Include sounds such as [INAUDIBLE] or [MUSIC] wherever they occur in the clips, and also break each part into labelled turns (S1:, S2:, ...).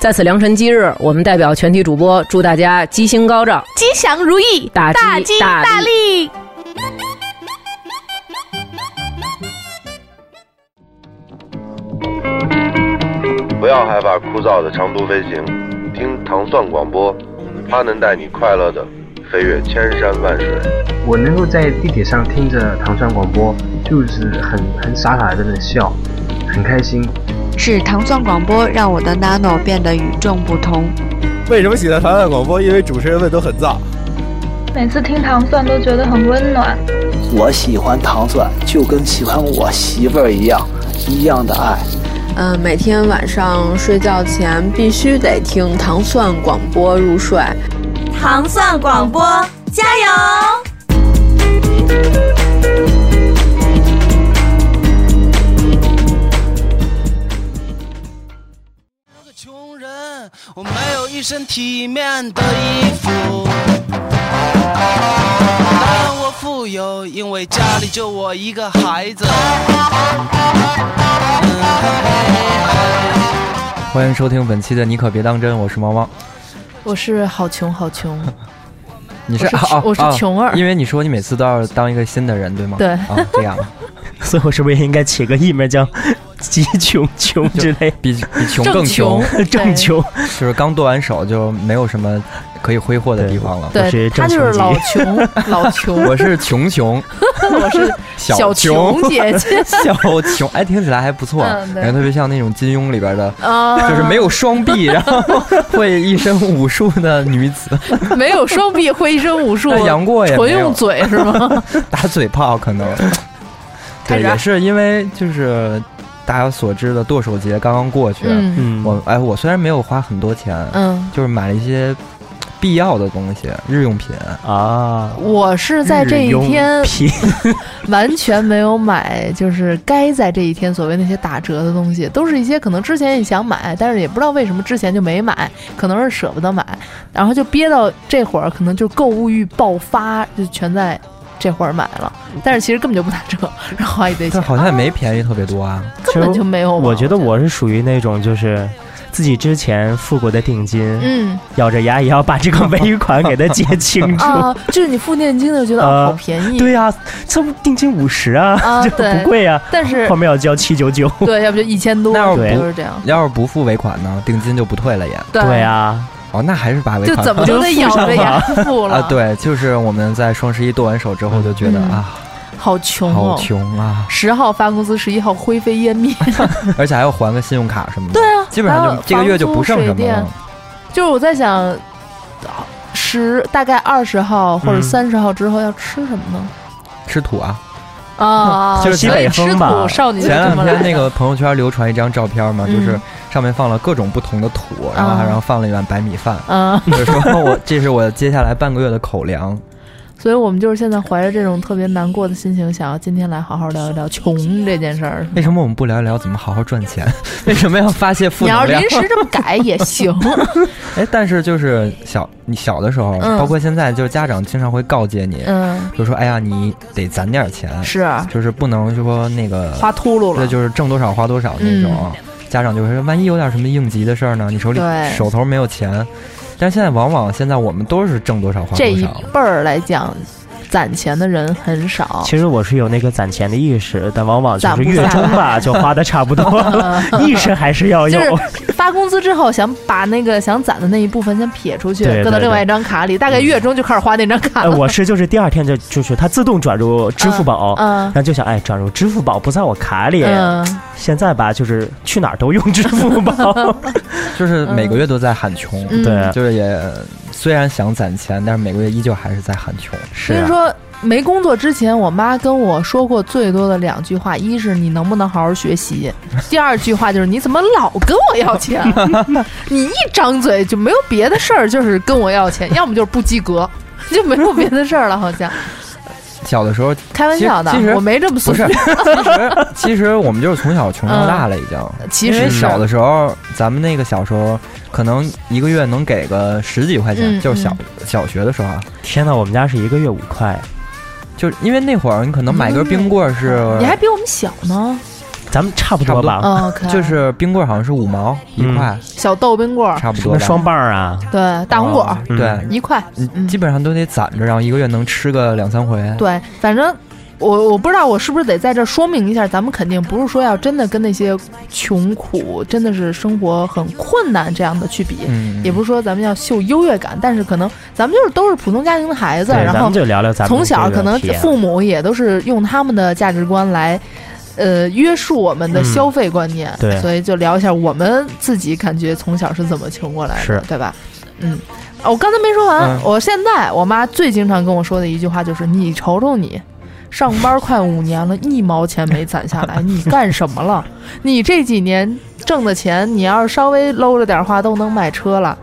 S1: 在此良辰吉日，我们代表全体主播祝大家鸡星高照。
S2: 吉祥如意，
S1: 大吉
S2: 吉
S1: 大
S2: 大利！
S3: 不要害怕枯燥的长途飞行，听糖蒜广播，它能带你快乐的飞越千山万水。
S4: 我能够在地铁上听着糖蒜广播，就是很很傻傻的在那笑，很开心。
S5: 是糖蒜广播让我的 Nano 变得与众不同。
S6: 为什么喜欢谈谈广播？因为主持人们都很燥。
S7: 每次听糖蒜都觉得很温暖。
S8: 我喜欢糖蒜，就跟喜欢我媳妇儿一样，一样的爱。
S9: 嗯，每天晚上睡觉前必须得听糖蒜广播入睡。
S10: 糖蒜广播，加油！
S11: 穷人，我没有一身体面的衣服，但我富有，因为家里就我一个孩子。
S12: 欢迎收听本期的《你可别当真》，我是毛毛，
S13: 我是好穷好穷，
S12: [LAUGHS] 你是
S13: 我是
S12: 啊啊，
S13: 我是
S12: 啊
S13: 穷二
S12: 因为你说你每次都要当一个新的人，对吗？
S13: 对
S12: 啊，这样
S14: [LAUGHS] 所以我是不是也应该起个艺名叫“极穷穷”之类？
S12: 比比穷更穷，
S14: 正穷，
S12: 就是刚剁完手就没有什么可以挥霍的地方了。
S14: 我
S13: 对
S14: 是
S13: 他就
S14: 正
S13: 是老
S14: 穷极。
S13: 穷
S12: [LAUGHS]
S13: 老穷，
S12: 我是
S13: [LAUGHS]
S12: 穷穷，
S13: 我是
S12: 小
S13: 穷
S12: 穷
S13: 姐姐
S12: 小穷，哎，听起来还不错，
S13: 嗯对
S12: 感觉特别像那种金庸里边的。
S13: 啊，
S12: [LAUGHS] 就是没有双臂，然后会一身武术的女
S13: [LAUGHS]
S12: 子，
S13: 啊没有双臂会一身武术
S12: [LAUGHS] 那，杨过哎也
S13: 纯
S12: 没有
S13: 用嘴是吗？
S12: 打嘴炮可
S13: [LAUGHS]
S12: 能。
S13: 开
S12: 对，
S13: 始啊
S12: 也是因为就是大家所知的剁手节刚刚过去，
S13: 嗯
S14: 嗯，
S12: 我哎，我虽然没有花很多钱，
S13: 嗯，
S12: 就是买了一些必要的东西，日用品。
S14: 啊，
S13: 我是在这一天
S14: 日用
S12: [LAUGHS]
S14: 品
S13: 完全没有买，就是该在这一天所谓那些打折的东西，都是一些可能之前也想买，但是也不知道为什么之前就没买，可能是舍不得买，然后就憋到这会儿，可能就购物欲爆发，就全在这会儿买了，但是其实根本就不打折，然后花一堆钱
S12: 但，好像也没便宜特别多啊，
S13: 根本就没有吧。
S14: 我觉得我是属于那种就是自己之前付过的定金，
S13: 嗯
S14: 咬着牙也要把这个尾款给它结清
S13: [LAUGHS]
S14: 楚。
S13: 啊，就是你付定金的就觉得、哦
S14: 啊
S13: 好便宜，
S14: 对啊，这不定金五十啊，
S13: 啊
S14: [LAUGHS] 这
S13: 对
S14: 不贵啊，
S13: 但是
S14: 后面要交七九九。
S13: 对，要不就一千多，
S12: 那
S13: 就
S12: 要
S14: 不
S13: 是这样。
S12: 要是不付尾款呢，定金就不退了也。
S13: 对
S14: 对啊，
S12: 哦，那还是把尾
S13: 就
S12: 款
S13: 怎么就得咬着 [LAUGHS] 牙付了
S12: 啊？，对，就是我们在双十一剁完手之后就觉得
S13: 嗯
S12: 啊，
S13: 好穷
S12: 好
S13: 哦。
S12: 穷啊，
S13: 十号发工资，十一号灰飞烟灭。 [LAUGHS]
S12: 而且还要还个信用卡什么的。对啊，基本
S13: 哦还
S12: 上
S13: 有
S12: 就这个月就不剩什
S13: 房租
S12: 么
S13: 水
S12: 了
S13: 电。就是我在想，十大概二十号或者
S14: 嗯
S13: 三十号之后要吃什么呢？
S12: 吃土啊！
S13: 啊，
S14: 就是西北
S13: 所以
S14: 风
S13: 吃
S14: 吧
S13: 苦少女
S12: 前两
S13: 就这么来
S12: 天
S13: 的
S12: 那个朋友圈流传一张照片嘛，
S13: 嗯
S12: 就是上面放了各种不同的土，然后
S13: 啊
S12: 然后放了一碗白米饭， [LAUGHS]
S13: 啊，
S12: 就是说我这是我接下来半个月的口粮。
S13: 所以我们就是现在怀着这种特别难过的心情，想要今天来好好聊一聊穷这件事儿。
S12: 为什么我们不聊一聊怎么好好赚钱？ [LAUGHS] 为什么要发泄负
S13: 你要
S12: 能
S13: 是
S12: 量
S13: 临？时这么改也
S14: [LAUGHS]
S13: 行，
S12: 哎，但是就是小你小的时候，
S13: 嗯
S12: 包括现在，就是家长经常会告诫你，
S13: 嗯，
S12: 就说哎呀，你得攒点钱，
S13: 是啊
S12: 就是不能说那个
S13: 花秃噜
S12: 对，
S13: 了，
S12: 就是挣多少花多少那种。家长就会说，万一有点什么应急的事儿呢？你手里
S13: 对
S12: 手头没有钱。但是现在往往现在我们都是挣多少花
S13: 这
S12: 多
S13: 一
S12: 少，
S13: 辈儿来讲，攒钱的人很
S14: [LAUGHS]
S13: 少。
S14: [LAUGHS] 其实我是有那个攒钱的意识，但往往就是月
S13: 攒
S14: 中
S13: 不下
S14: 吧就花的差不多， [LAUGHS] 意识还是要有。
S13: 就是发工资之后，想把那个想攒的那一部分先撇出去，
S14: 对对
S13: 搁到另
S14: 对
S13: 外一张卡里，大概月中就开始花那张卡
S14: 呃，
S13: 了。
S14: [LAUGHS] 我是就是第二天就就是它自动转入支付 [LAUGHS] 宝，
S13: 嗯
S14: 然后就想哎转入支付宝不在我卡里，
S13: 嗯，
S14: 现在吧就是去 [LAUGHS] 哪儿都用支付宝，
S12: 就是每个月都在喊穷，
S13: 嗯
S14: 对啊
S12: 就是也虽然想攒钱，但是每个月依旧还是在喊穷。
S13: 所以说，没工作之前，我妈跟我说过最多的两句话：一是你能不能好好学
S12: [LAUGHS]
S13: 习；第二句话就是你怎么老跟我要钱？你一张嘴就没有别的事儿，就是跟我要钱，要么就是不及格， [LAUGHS] 就没有别的事儿了，好像。
S12: 小的时候
S13: 开玩笑的
S12: 其实
S13: 我没这么
S12: 不
S13: 怂 [LAUGHS]
S12: 是。其实其实我们就是从小穷
S13: 嗯
S12: 到大了，已经。
S13: 其实
S12: 因为
S13: 是
S12: 小的时候，咱们那个小时候，可能一个月能给个十几块钱，
S13: 嗯
S12: 就是小小学的时候啊。天呐，我们家是一个月五块，就是因为那会儿你可能买根冰棍儿是，
S13: 嗯你还比我们小呢，
S12: 咱们差不多嗯
S13: 吧嗯，OK
S12: 就是冰棍儿好像是五毛一块，
S13: 小豆冰棍儿，
S12: 差不
S14: 什
S12: 多
S14: 么
S12: 吧。
S14: 双棒儿啊？
S13: 对，大红果儿
S12: 啊对，
S13: 一块，嗯
S12: 你基本上都得攒着，然后一个月能吃个两三回。
S13: 对，反正我我不知道我是不是得在这儿说明一下，咱们肯定不是说要真的跟那些穷苦，真的是生活很困难这样的去比，
S14: 嗯
S13: 也不是说咱们要秀优越感，但是可能咱们就是都是普通家庭的孩子，
S14: 对
S13: 然
S14: 咱
S13: 后
S14: 们就聊聊咱们
S13: 从小
S14: 这个
S13: 可能
S14: 体验
S13: 父母也都是用他们的价值观来。呃，约束我们的
S14: 嗯
S13: 消费观念，
S14: 对
S13: 所以就聊一下我们自己感觉从小是怎么穷过来的，
S14: 是
S13: 对吧？嗯，啊我刚才没说完，
S14: 嗯
S13: 我现在我妈最经常跟我说的一句话就是：“你瞅瞅你，上班快五年了，一毛钱没攒下来，你干什么了？你这几年挣的钱，你要是稍微搂着点花，都能买车了。”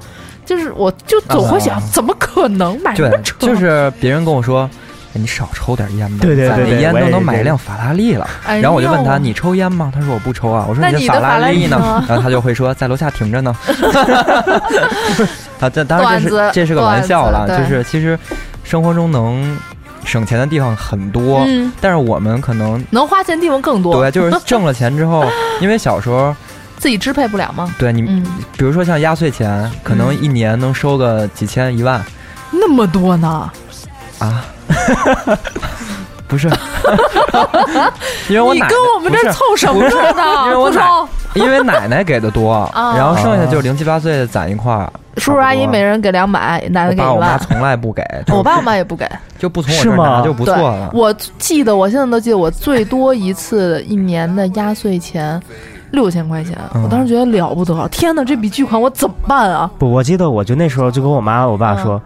S13: 就是我就总会想，
S12: 啊
S13: 怎么可能买什
S12: 对
S13: 么，车？
S12: 就是别人跟我说。哎你少抽点烟吧，
S14: 对对对
S12: 攒的
S14: 对
S12: 烟
S14: 我
S12: 都
S14: 也
S12: 能
S14: 是
S12: 买一辆法拉利了。
S13: 哎
S12: 然后我就问他：“
S13: 妙
S12: 你抽烟吗？”他说：“我不抽啊。”我说：“
S13: 那
S12: 的
S13: 你的
S12: 法
S13: 法拉
S12: 利
S13: 利呢
S12: 然后他就会说：“在楼下停着呢。” [LAUGHS] 他这当然这
S13: 段
S12: 是
S13: 子
S12: 这是个玩笑了，
S13: 段子
S12: 就
S13: 对
S12: 是其实生活中能省钱的地方很多
S13: 嗯，
S12: 但是我们可能
S13: 能花钱的地方更多，
S12: 对，
S13: [LAUGHS]
S12: 就是挣了钱之后，因为小时候
S13: 自己支配不了吗？
S12: 对你
S13: 嗯，
S12: 比如说像压岁钱，可能一年能收个几千一万
S13: 那么多呢？
S12: 啊，
S13: [LAUGHS]
S12: 不是，因为我
S13: 你
S12: 奶
S13: 跟我们这儿凑什么热闹？
S12: 不是因为我
S13: 不
S12: 奶
S13: 抽。
S12: 因为奶奶给的多，
S13: [LAUGHS] 啊
S12: 然后剩下就零七八碎的攒一块儿。
S13: [LAUGHS] 叔叔阿姨每人给两百，男的啊给
S12: 我爸
S13: 一
S12: 我妈
S13: 万。
S12: 从来不给，
S13: 我爸我妈也不给，
S12: 就不从我这儿拿就不错了。
S13: 对我记得，我现在都记得，我最多一次一年的压岁钱六千块钱，
S14: 嗯
S13: 我当时觉得了不得，天哪，这笔巨款我怎么办啊？
S14: 不，我记得我就那时候就跟我妈我爸
S13: 嗯
S14: 说。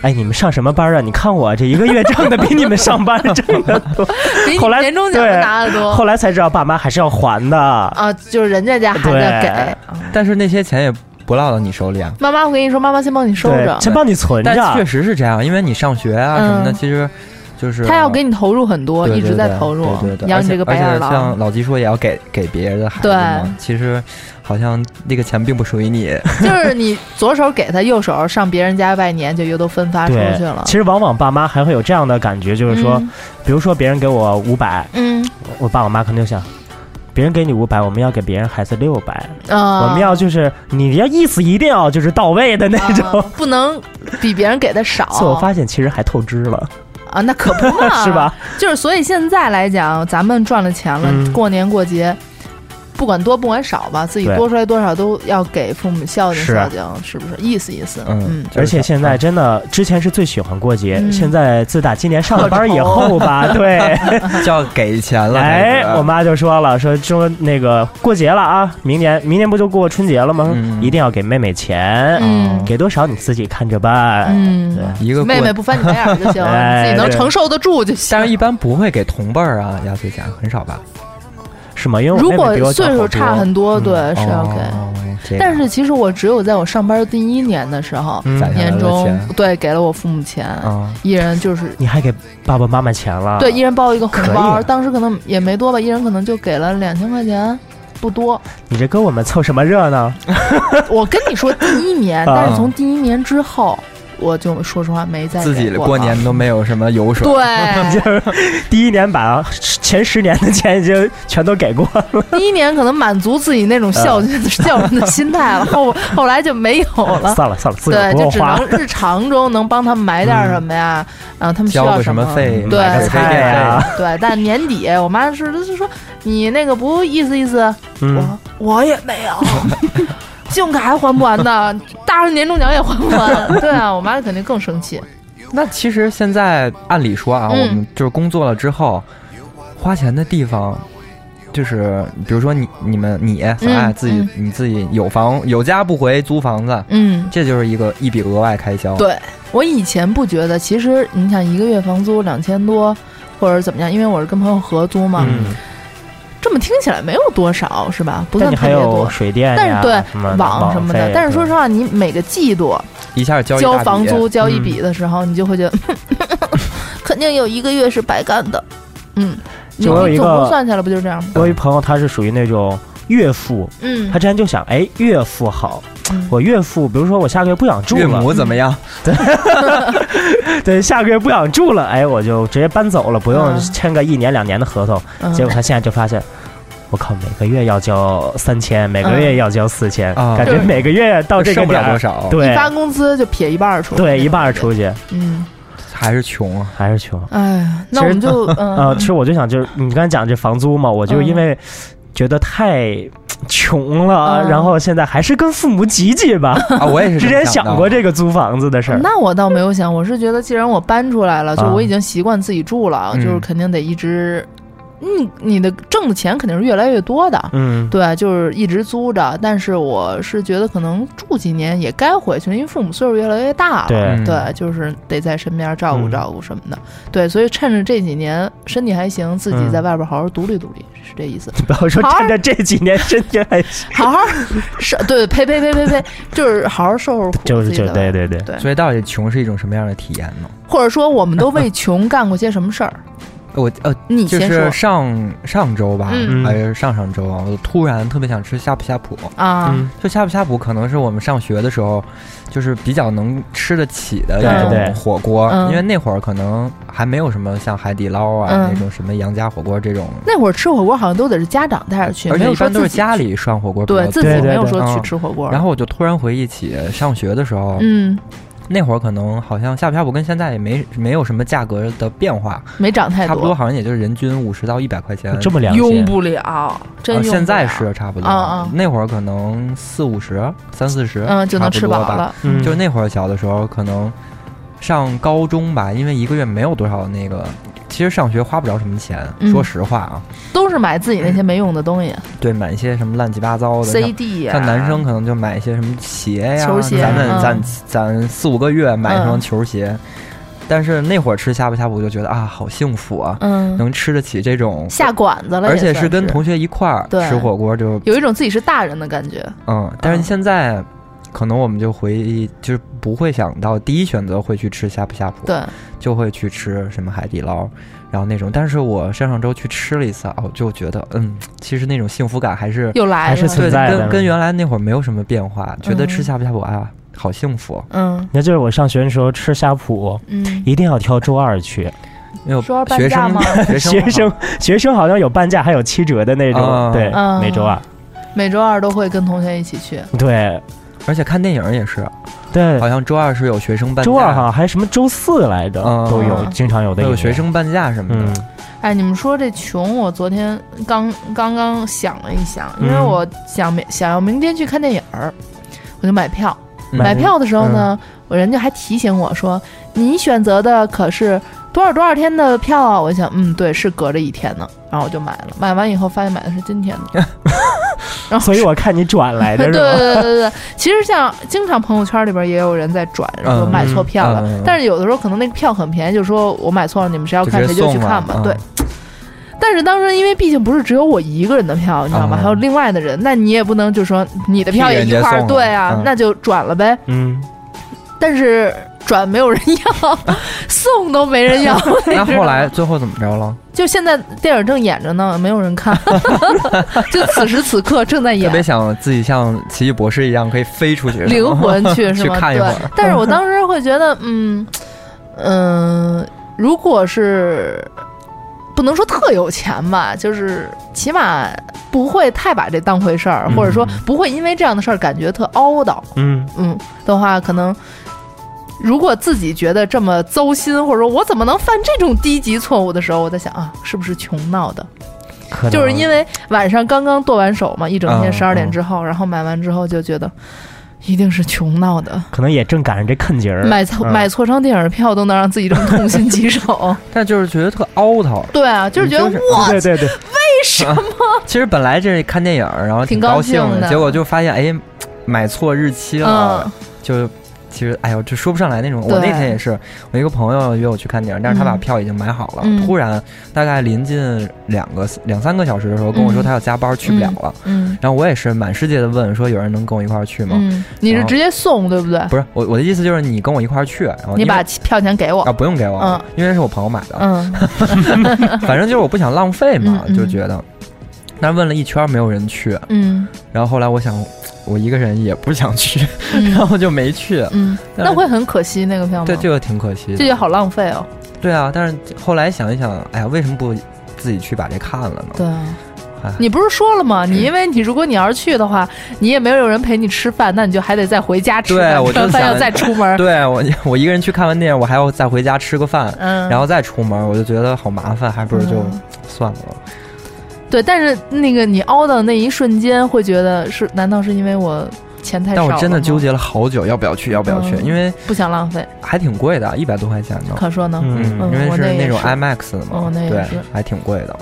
S14: 哎，你们上什么班啊？你看我这一个月挣的比你们上班挣的
S13: [LAUGHS]
S14: 多，
S13: [LAUGHS] 比你
S14: 后来
S13: 年终奖
S14: 对
S13: 都拿得多
S14: 后来才知道爸妈还是要还的。
S13: 啊！就是人家家孩子给
S12: 对，，但是那些钱也不落到你手里啊。
S13: 妈妈，我跟你说，妈妈先帮你收着，
S14: 你存
S13: 着
S12: 但确实是这样，因为你上学啊什么的，
S13: 嗯
S12: 其实就是
S13: 他要给你投入很多，
S12: 对对
S13: 一直在投入
S12: 对对，对，
S13: 养你这个白眼
S12: 而且而且
S13: 狼
S12: 像。老吉说，也要给给别人的孩子嘛。其实好像那个钱并不属于你。
S13: 就是你左手给他，右手上别人家拜年，就又都分发出
S14: 对
S13: 去了。
S14: 其实往往爸妈还会有这样的感觉，就是说，
S13: 嗯
S14: 比如说别人给我五百，
S13: 嗯，
S14: 我爸我妈可能就想，别人给你五百，我们要给别人孩子六百、
S13: 啊
S14: 我们要就是你要意思一定要就是到位的那种。
S13: 啊不能比别人给的
S14: [LAUGHS]
S13: 少。
S14: 最后发现其实还透支了，
S13: 啊，那可不
S12: [LAUGHS]
S13: 嘛，
S14: 是吧？
S13: 就是所以现在来讲，咱们赚了钱了，
S14: 嗯
S13: 过年过节，不管多不管少吧，自己
S14: 对
S13: 多出来多少都要给父母孝敬
S14: 是
S13: 孝敬，是不是？意思意思，嗯，
S14: 而且现在真的，之前是最喜欢过节，
S13: 嗯
S14: 现在自打今年上了班以后
S12: [LAUGHS]
S14: 吧，对，
S12: 就要给钱了。
S14: 哎
S12: 开始，
S14: 我妈就说了，说说那个过节了啊，明年明年不就过春节了吗？说
S12: 嗯
S14: 一定要给妹妹钱，
S13: 嗯
S14: 给多少你自己看着办。
S13: 嗯
S14: 对，
S12: 一个
S13: 妹妹不翻你白眼儿就行，
S14: [LAUGHS] 哎
S13: 自己能承受得住就行。
S12: 但是一般不会给同辈儿啊压岁钱，很少吧？
S14: 是吗？因
S13: 如果岁数差很
S12: 嗯
S13: 多，对，是
S12: 哦
S13: 要给。但是其实我只有在我上班第一年的时候，
S14: 嗯攒下来
S13: 年
S14: 的
S13: 终
S14: 钱
S13: 对给了我父母钱，
S14: 啊，
S13: 哎一人就是
S14: 你还给爸爸妈妈钱了？
S13: 对，一人包一个红
S14: 可以
S13: 包，
S14: 啊
S13: 当时可能也没多吧，一人可能就给了两千块钱，不多。
S14: 你这跟我们凑什么热闹？
S13: [LAUGHS] 我跟你说，第一年，
S14: [LAUGHS]
S12: 啊
S13: 但是从第一年之后，我就说实话没再
S12: 自己
S13: 给
S12: 过
S13: 了
S12: 年都没有什么油
S13: [LAUGHS]
S12: 水。
S13: 对
S14: 就是 [LAUGHS] 第一年
S13: 呃
S14: 把前十年的钱已经全都给过了。
S13: 第一年可能满足自己那种孝
S14: [LAUGHS]
S13: 敬、孝顺的 [LAUGHS] 心态了，后后来就没有了。
S14: 算了算了，自个
S13: 对，
S14: 儿不
S13: 就
S14: 用
S13: 只
S14: 花
S13: 能。日常中能帮他们买点什么呀，然后他们需
S12: 交
S13: 要
S12: 个什么
S13: 么
S12: 费
S13: 对
S12: 买个菜呀
S13: 对。但年底我妈是就是说你那个不意思意思，
S14: 嗯，
S13: 我也没有，信用卡还还不完呢， [LAUGHS] 大人年终奖也还不完。对啊，我妈肯定更生气。
S12: 那其实现在按理说啊，
S13: 嗯
S12: 我们就是工作了之后，花钱的地方就是比如说你、你们、你咱俩
S13: 嗯
S12: 自己、你自己有房有家不回租房子，
S13: 嗯
S12: 这就是一个一笔额外开销。
S13: 对，我以前不觉得，其实你想一个月房租两千多，或者怎么样，因为我是跟朋友合租嘛，
S14: 嗯，
S13: 这么听起来没有多少是吧？不
S14: 但
S13: 算
S14: 你
S13: 特
S14: 还
S13: 别
S14: 有
S13: 多。
S14: 水电
S13: 但
S14: 呀
S13: 是对
S14: 什么
S12: 嗯
S13: 网什么的，但是说
S14: 是
S13: 实话，你每个季度
S12: 一下交一大
S13: 交
S12: 笔嗯
S13: 房租交一笔的时候，你就会觉
S12: [LAUGHS]
S13: 得肯定有一个月是白干的。嗯，你
S14: 就我有
S13: 你
S14: 一
S13: 总共
S14: 个
S13: 算下来不就是这样吗？
S14: 嗯我有一朋友，他是属于那种岳父，
S13: 嗯
S14: 他之前就想，哎，岳父好，我岳父，比如说我下个月不想住了，
S12: 岳母怎么样？ [LAUGHS]
S14: 对，下个月不想住了，哎，我就直接搬走了，不用
S13: 嗯
S14: 签个一年两年的合同。
S13: 嗯
S14: 结果他现在就发现，我靠，每个月要交三千，每个
S13: 嗯
S14: 月要交四千，
S12: 啊
S14: 感觉
S13: 哦对
S14: 每个月到这个
S12: 剩不了
S14: 点儿
S12: 多少
S13: 一
S14: 对
S13: 发工资就撇一半儿出去。
S14: 对，一半儿出去，
S13: 嗯，
S12: 还是穷啊，
S14: 还是穷。
S13: 哎呀，那
S14: 其
S13: 我
S14: 实
S13: 们就
S14: [LAUGHS] 呃，
S13: 嗯
S14: 其，实我就想，就是你刚才讲这房租嘛，我就
S13: 嗯
S14: 因为觉得太穷了，
S13: 嗯
S14: 然后现在还是跟父母挤挤吧。
S12: 啊我也是
S14: [LAUGHS] 之
S12: 这么
S14: 前
S12: 想的
S14: 想过这个租房子的事儿。
S13: 嗯那我倒没有想，我是觉得既然我搬出来了，就
S14: 啊
S13: 我已经习惯自己住了，
S14: 嗯
S13: 啊就是肯定得一直，你你的挣的钱肯定是越来越多的，
S14: 嗯，
S13: 对，就是一直租着。但是我是觉得可能住几年也该回去，因为父母岁数越来越大了，
S14: 对
S13: 对，就是得在身边照顾
S14: 嗯
S13: 照顾什么的，对，所以趁着这几年身体还行，自己
S14: 嗯
S13: 在外边好好独立独立，是这意思。
S14: 不要说
S13: 好
S14: 趁着这几年身体还行，
S13: 好好受，对，呸呸呸呸呸，就是好好受受苦，
S14: 就是
S13: 自己
S14: 就
S13: 的
S14: 对对对，
S13: 对
S12: 所以到底穷是一种什么样的体验呢？
S13: 或者说我们都为穷干过些什么事儿？
S12: 我呃，
S13: 你
S12: 就
S13: 先说
S12: 是上上周吧，
S13: 嗯
S12: 还是上上周啊，我突然特别想吃呷哺呷哺
S13: 啊嗯，
S12: 就呷哺呷哺可能是我们上学的时候，就是比较能吃得起的
S14: 对
S12: 一
S14: 对
S12: 种火锅，
S13: 嗯
S12: 因为那会儿可能还没有什么像海底捞啊、
S13: 嗯
S12: 那种什么杨家火锅这种，
S13: 那会儿吃火锅好像都得是家长带着去，
S12: 而
S13: 没
S12: 且
S13: 有
S12: 一
S13: 说
S12: 般都
S13: 自
S12: 是
S13: 己
S12: 家里涮火锅比较
S13: 对
S12: 多，
S13: 自己没有说去
S12: 嗯
S13: 吃火锅。
S12: 然后我就突然回忆起上学的时候，
S13: 嗯，
S12: 那会儿可能好像呷哺呷哺跟现在也没没有什么价格的变化，
S13: 没涨太
S12: 差不多
S13: 多，
S12: 好像也就是人均五十到一百块钱，
S14: 这么良
S13: 用
S14: 心。
S13: 不了，真
S12: 啊
S13: 用不了。
S12: 现在是差不多，
S13: 啊啊
S12: 那会儿可能四五十、三四十，
S13: 嗯就能
S12: 差不
S13: 吃
S12: 多
S13: 饱
S12: 吧
S13: 了
S14: 嗯
S12: 就那会儿小的时候，可能上高中吧，因为一个月没有多少那个，其实上学花不着什么钱，
S13: 嗯
S12: 说实话啊，嗯
S13: 都是买自己那些没用的东西
S12: 对，买一些什么乱七八糟的像
S13: ，CD 呀，
S12: 像男生可能就买一些什么鞋呀，
S13: 球鞋
S12: 咱们、
S13: 嗯
S12: 咱咱四五个月买一双
S13: 嗯
S12: 球鞋，但是那会儿吃呷哺呷哺就觉得啊，好幸福啊，
S13: 嗯
S12: 能吃得起这种，
S13: 下馆子了，
S12: 而
S13: 也
S12: 且
S13: 算是
S12: 跟同学一块儿
S13: 对
S12: 吃火锅就
S13: 有一种自己是大人的感觉。
S12: 嗯，但是现在、可能我们就回忆，就是不会想到第一选择会去吃呷哺呷哺，
S13: 对，
S12: 就会去吃什么海底捞，然后那种，但是我上上周去吃了一次啊，我就觉得嗯，其实那种幸福感还是
S13: 又来
S14: 还是
S13: 了，
S14: 存在
S12: 对，
S14: 的
S12: 跟跟原来那会儿没有什么变化，觉得吃
S13: 嗯
S12: 呷哺呷哺啊，好幸福。
S13: 嗯
S14: 你看，就是我上学的时候吃呷哺，
S13: 嗯，
S14: 一定要挑周二去，
S12: 没有
S13: 说要搬
S12: 学
S13: 家
S12: 生
S13: 吗
S12: 学生
S14: 学生 [LAUGHS] 学生好像有半价还有七折的那
S12: 啊
S14: 种，对，
S13: 啊 [LAUGHS]
S14: 每周二，
S13: 每周二都会跟同学一起去。
S14: 对
S12: [LAUGHS] 而且看电影也是，
S14: 对
S12: 好，像周二是有学生半价，
S14: 周二好啊像还什么周四来着
S12: 嗯
S14: 都有，经常有
S12: 会
S14: 的
S12: 有
S14: 影
S12: 学
S14: 院，
S12: 生半价什么
S14: 嗯
S12: 的。
S13: 哎，你们说这穷，我昨天刚刚刚想了一想，因为
S14: 嗯
S13: 我想明想要明天去看电影儿，我就买票。
S12: 嗯
S13: 买票的时候呢，我人家还提醒我说：“你选择的可是多少多少天的票啊？”我想，嗯，对，是隔着一天呢。然后我就买了，买完以后发现买的是今天的。然后
S14: 所以我看你转来的
S13: 对
S14: 是
S13: 对
S14: 吧？嗯
S13: 对对对，其实像经常朋友圈里边也有人在转，说
S12: 嗯
S13: 买错票了，
S12: 嗯嗯嗯
S13: 但是有的时候可能那个票很便宜，就说我买错了，你们谁要
S12: 就
S13: 看
S12: 直
S13: 谁
S12: 接
S13: 就去
S12: 送了
S13: 看吧。
S12: 嗯
S13: 对。但是当时因为毕竟不是只有我一个人的票，你知道吗？
S12: 嗯
S13: 还有另外的人，那你也不能就说你的票
S12: 替
S13: 也
S12: 人
S13: 一
S12: 家
S13: 块儿，
S12: 送
S13: 对
S12: 了
S13: 啊，
S12: 嗯
S13: 那就转了呗。
S14: 嗯，
S13: [LAUGHS] 但是转没有人要， [LAUGHS] 送都没
S12: [LAUGHS]
S13: 人要。你
S12: 那
S13: 知道
S12: 后来
S13: 吗
S12: 最后怎么着了？
S13: 就现在电影正演着呢，没有人
S12: [LAUGHS]
S13: 看，就此时此刻正在
S12: 特
S13: 演
S12: 别。想自己像奇异博士一样可以飞出去，
S13: 灵魂
S12: [LAUGHS]
S13: 去是
S12: 去
S13: 吗？
S12: 看一会
S13: 对
S12: 儿。
S13: 但是我
S12: [LAUGHS]
S13: 当时会觉得，嗯嗯、如果是不能说特有钱吧，就是起码不会太把这当回事儿，或者说不会因为这样的事儿感觉特懊恼。
S14: 嗯，
S13: 嗯的话，可能如果自己觉得这么糟心，或者说我怎么能犯这种低级错误的时候，我在想啊，是不是穷闹的？
S14: 可能
S13: 就是因为晚上刚刚剁完手嘛，一整天
S12: 嗯
S13: 十二点之后，然后买完之后就觉得一定是穷闹的，
S14: 可能也正赶上这坑节儿，
S13: 买错
S14: 嗯
S13: 买错张电影票都能让自己这么痛心疾首。
S12: 但就是觉得特凹槽，
S13: 对啊，就是觉得
S12: 就是
S13: 我
S14: 对对对，
S13: 为什么
S12: 啊 [LAUGHS] 其实本来这看电影儿，然后
S13: 挺
S12: 高
S13: 高兴
S12: 的，
S13: 的
S12: 结果就发现哎，买错日期了，
S13: 嗯
S12: 就。其实，哎呦，这说不上来那种。我那
S13: 对
S12: 天也是，我一个朋友约我去看电影，但是他把
S13: 嗯
S12: 票已经买好了。
S13: 嗯
S12: 突然，大概临近两个两三个小时的时候，跟我说
S13: 嗯
S12: 他要加班去不了了。
S13: 嗯嗯
S12: 然后我也是满世界的问，说有人能跟我一块儿去吗？
S13: [LAUGHS] 嗯，你是
S12: 然后
S13: 直接送对不对？
S12: 不是我我的意思就是你跟我一块儿去，然后
S13: 你
S12: 因为
S13: 把票钱给我
S12: 啊，不用给我，
S13: 嗯
S12: 因为是我朋友买的，
S13: 嗯，
S12: [LAUGHS] 反正就是我不想浪费嘛，
S13: 嗯嗯
S12: 就觉得。但问了一圈儿没有人去，
S13: 嗯，
S12: 然后后来我想，我一个人也不想去， [LAUGHS] 然后就没去。
S13: 嗯，
S12: 但是
S13: 那会很可惜那个票吗？
S12: 对这个挺可惜
S13: 这
S12: 的。
S13: 就好浪费哦。
S12: 对啊，但是后来想一想，哎呀，为什么不自己去把这看了呢？
S13: 对啊，
S12: 哎
S13: 你不是说了吗？你因为你如果你要是去的话，你也没有人陪你吃饭，那你就还得再回家吃
S12: 对，
S13: 饭，
S12: 我
S13: 吃
S12: 就
S13: 完饭要
S12: 想。
S13: 再出门
S12: 对我， [LAUGHS] 我一个人去看完电影，我还要再回家吃个饭，
S13: 嗯
S12: 然后再出门，我就觉得好麻烦，还不如就
S13: 嗯
S12: 算了。
S13: 对，但是那个你凹的那一瞬间，会觉得是？难道是因为我钱太少
S12: 但
S13: 了吗？
S12: 我真的纠结了好久，要不要去，要不要去，
S13: 嗯
S12: 因为
S13: 不想浪费。
S12: 还挺贵的，一百多块钱呢。
S13: 可说呢
S12: 嗯，
S13: 嗯
S12: 因为
S13: 我那
S12: 是
S13: 也
S12: 种
S13: 是
S12: IMAX 的嘛
S13: 哦，那也
S12: 对
S13: 是，
S12: 还挺贵
S13: [COUGHS]
S12: 的。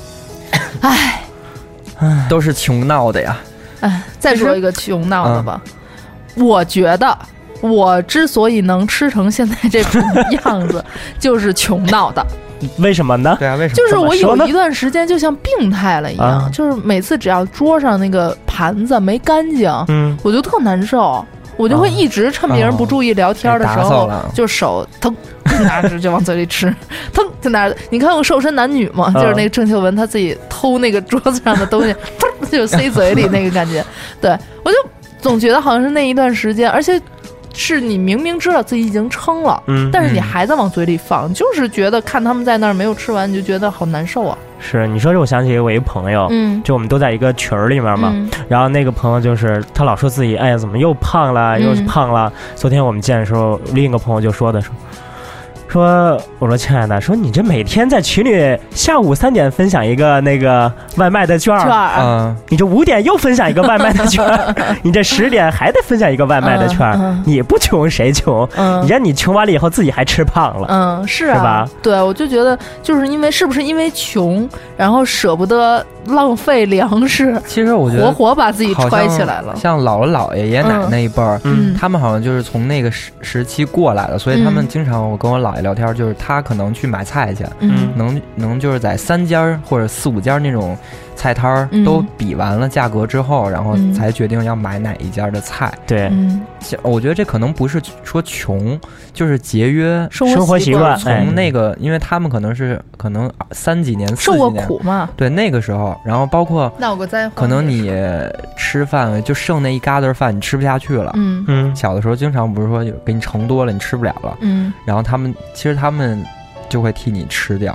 S12: 唉，都是穷闹的呀。
S13: 哎，再说一个穷闹的吧，我觉得。我之所以能吃成现在这副样子，就是穷闹的。
S14: 为什么呢？
S12: 对啊，为什
S13: 就是我有一
S14: 个
S13: 段时间就像病态
S14: [LAUGHS]
S13: 了一样，
S14: 啊
S13: 就是每次只要桌上那个盘子没干净，
S14: 嗯
S13: 我就特难受，我
S12: 嗯
S13: 就会一直趁别人不注意聊天的时
S14: 哦
S13: 候，
S14: 被打扫了
S13: 就手腾拿着就往嘴里吃，腾就拿着。你看过《瘦身男女》
S12: 嗯
S14: 嗯
S13: 吗？就是那个郑秀文她自己偷那个桌子上的东西，腾就塞嘴里那个感觉。对我就总觉得好像是那一段时间，而且。是你明明知道自己已经撑了，
S14: 嗯
S13: 但是你
S14: 嗯
S13: 还在往嘴里放，就是觉得看他们在那儿没有吃完，你就觉得好难受啊。
S14: 是你说这，我想起我一朋友，
S13: 嗯
S14: 就我们都在一个群儿里面嘛，
S13: 嗯
S14: 然后那个朋友就是他老说自己，哎呀，怎么又胖了，又
S13: 嗯
S14: 胖了。昨天我们见的时候，另一个朋友就说的说。说，我说亲爱的，说你这每天在群里下午三点分享一个那个外卖的券儿，
S13: 券儿
S12: 嗯
S14: 你这五点又分享一个外卖的券儿，你这十点还得分享一个外卖的券儿，
S13: 嗯嗯
S14: 你啊不穷谁穷？
S13: 嗯
S14: 你让你穷完了以后自己还吃胖了，
S13: 嗯，是啊，
S14: 是吧？
S13: 对，我就觉得就是因为是不是因为穷，然后舍不得浪费粮食，
S12: 其实我觉得
S13: 啊活活把自己
S12: 好
S13: 揣
S12: 像
S13: 起来了。
S12: 像姥姥姥爷、爷爷奶奶
S13: 嗯
S12: 那一辈儿，
S13: 嗯
S12: 他们好像就是从那个时时期过来的，所以他们
S13: 嗯
S12: 经常我跟我姥爷聊天，就是他可能去买菜去，
S13: 嗯
S12: 能能就是在三家儿或者四五家儿那种菜摊儿
S13: 嗯
S12: 都比完了价格之后，然后
S13: 嗯
S12: 才决定要买哪一家的菜。
S14: 对
S13: 嗯，
S12: 我觉得这可能不是说穷，就是节约
S13: 生活生活习惯习惯哎
S12: 从那个，因为他们可能是可能三几年、四
S13: 受
S12: 几
S13: 过
S12: 年
S13: 苦嘛，
S12: 对那个时候，然后包括
S13: 闹过灾荒
S12: 可能你吃饭就剩那一疙瘩饭，你吃不下去了。
S13: 嗯
S14: 嗯，
S12: 小的时候经常不是说有给你盛多了，你吃不了了。
S13: 嗯，
S12: 然后他们其实他们就会替你吃掉。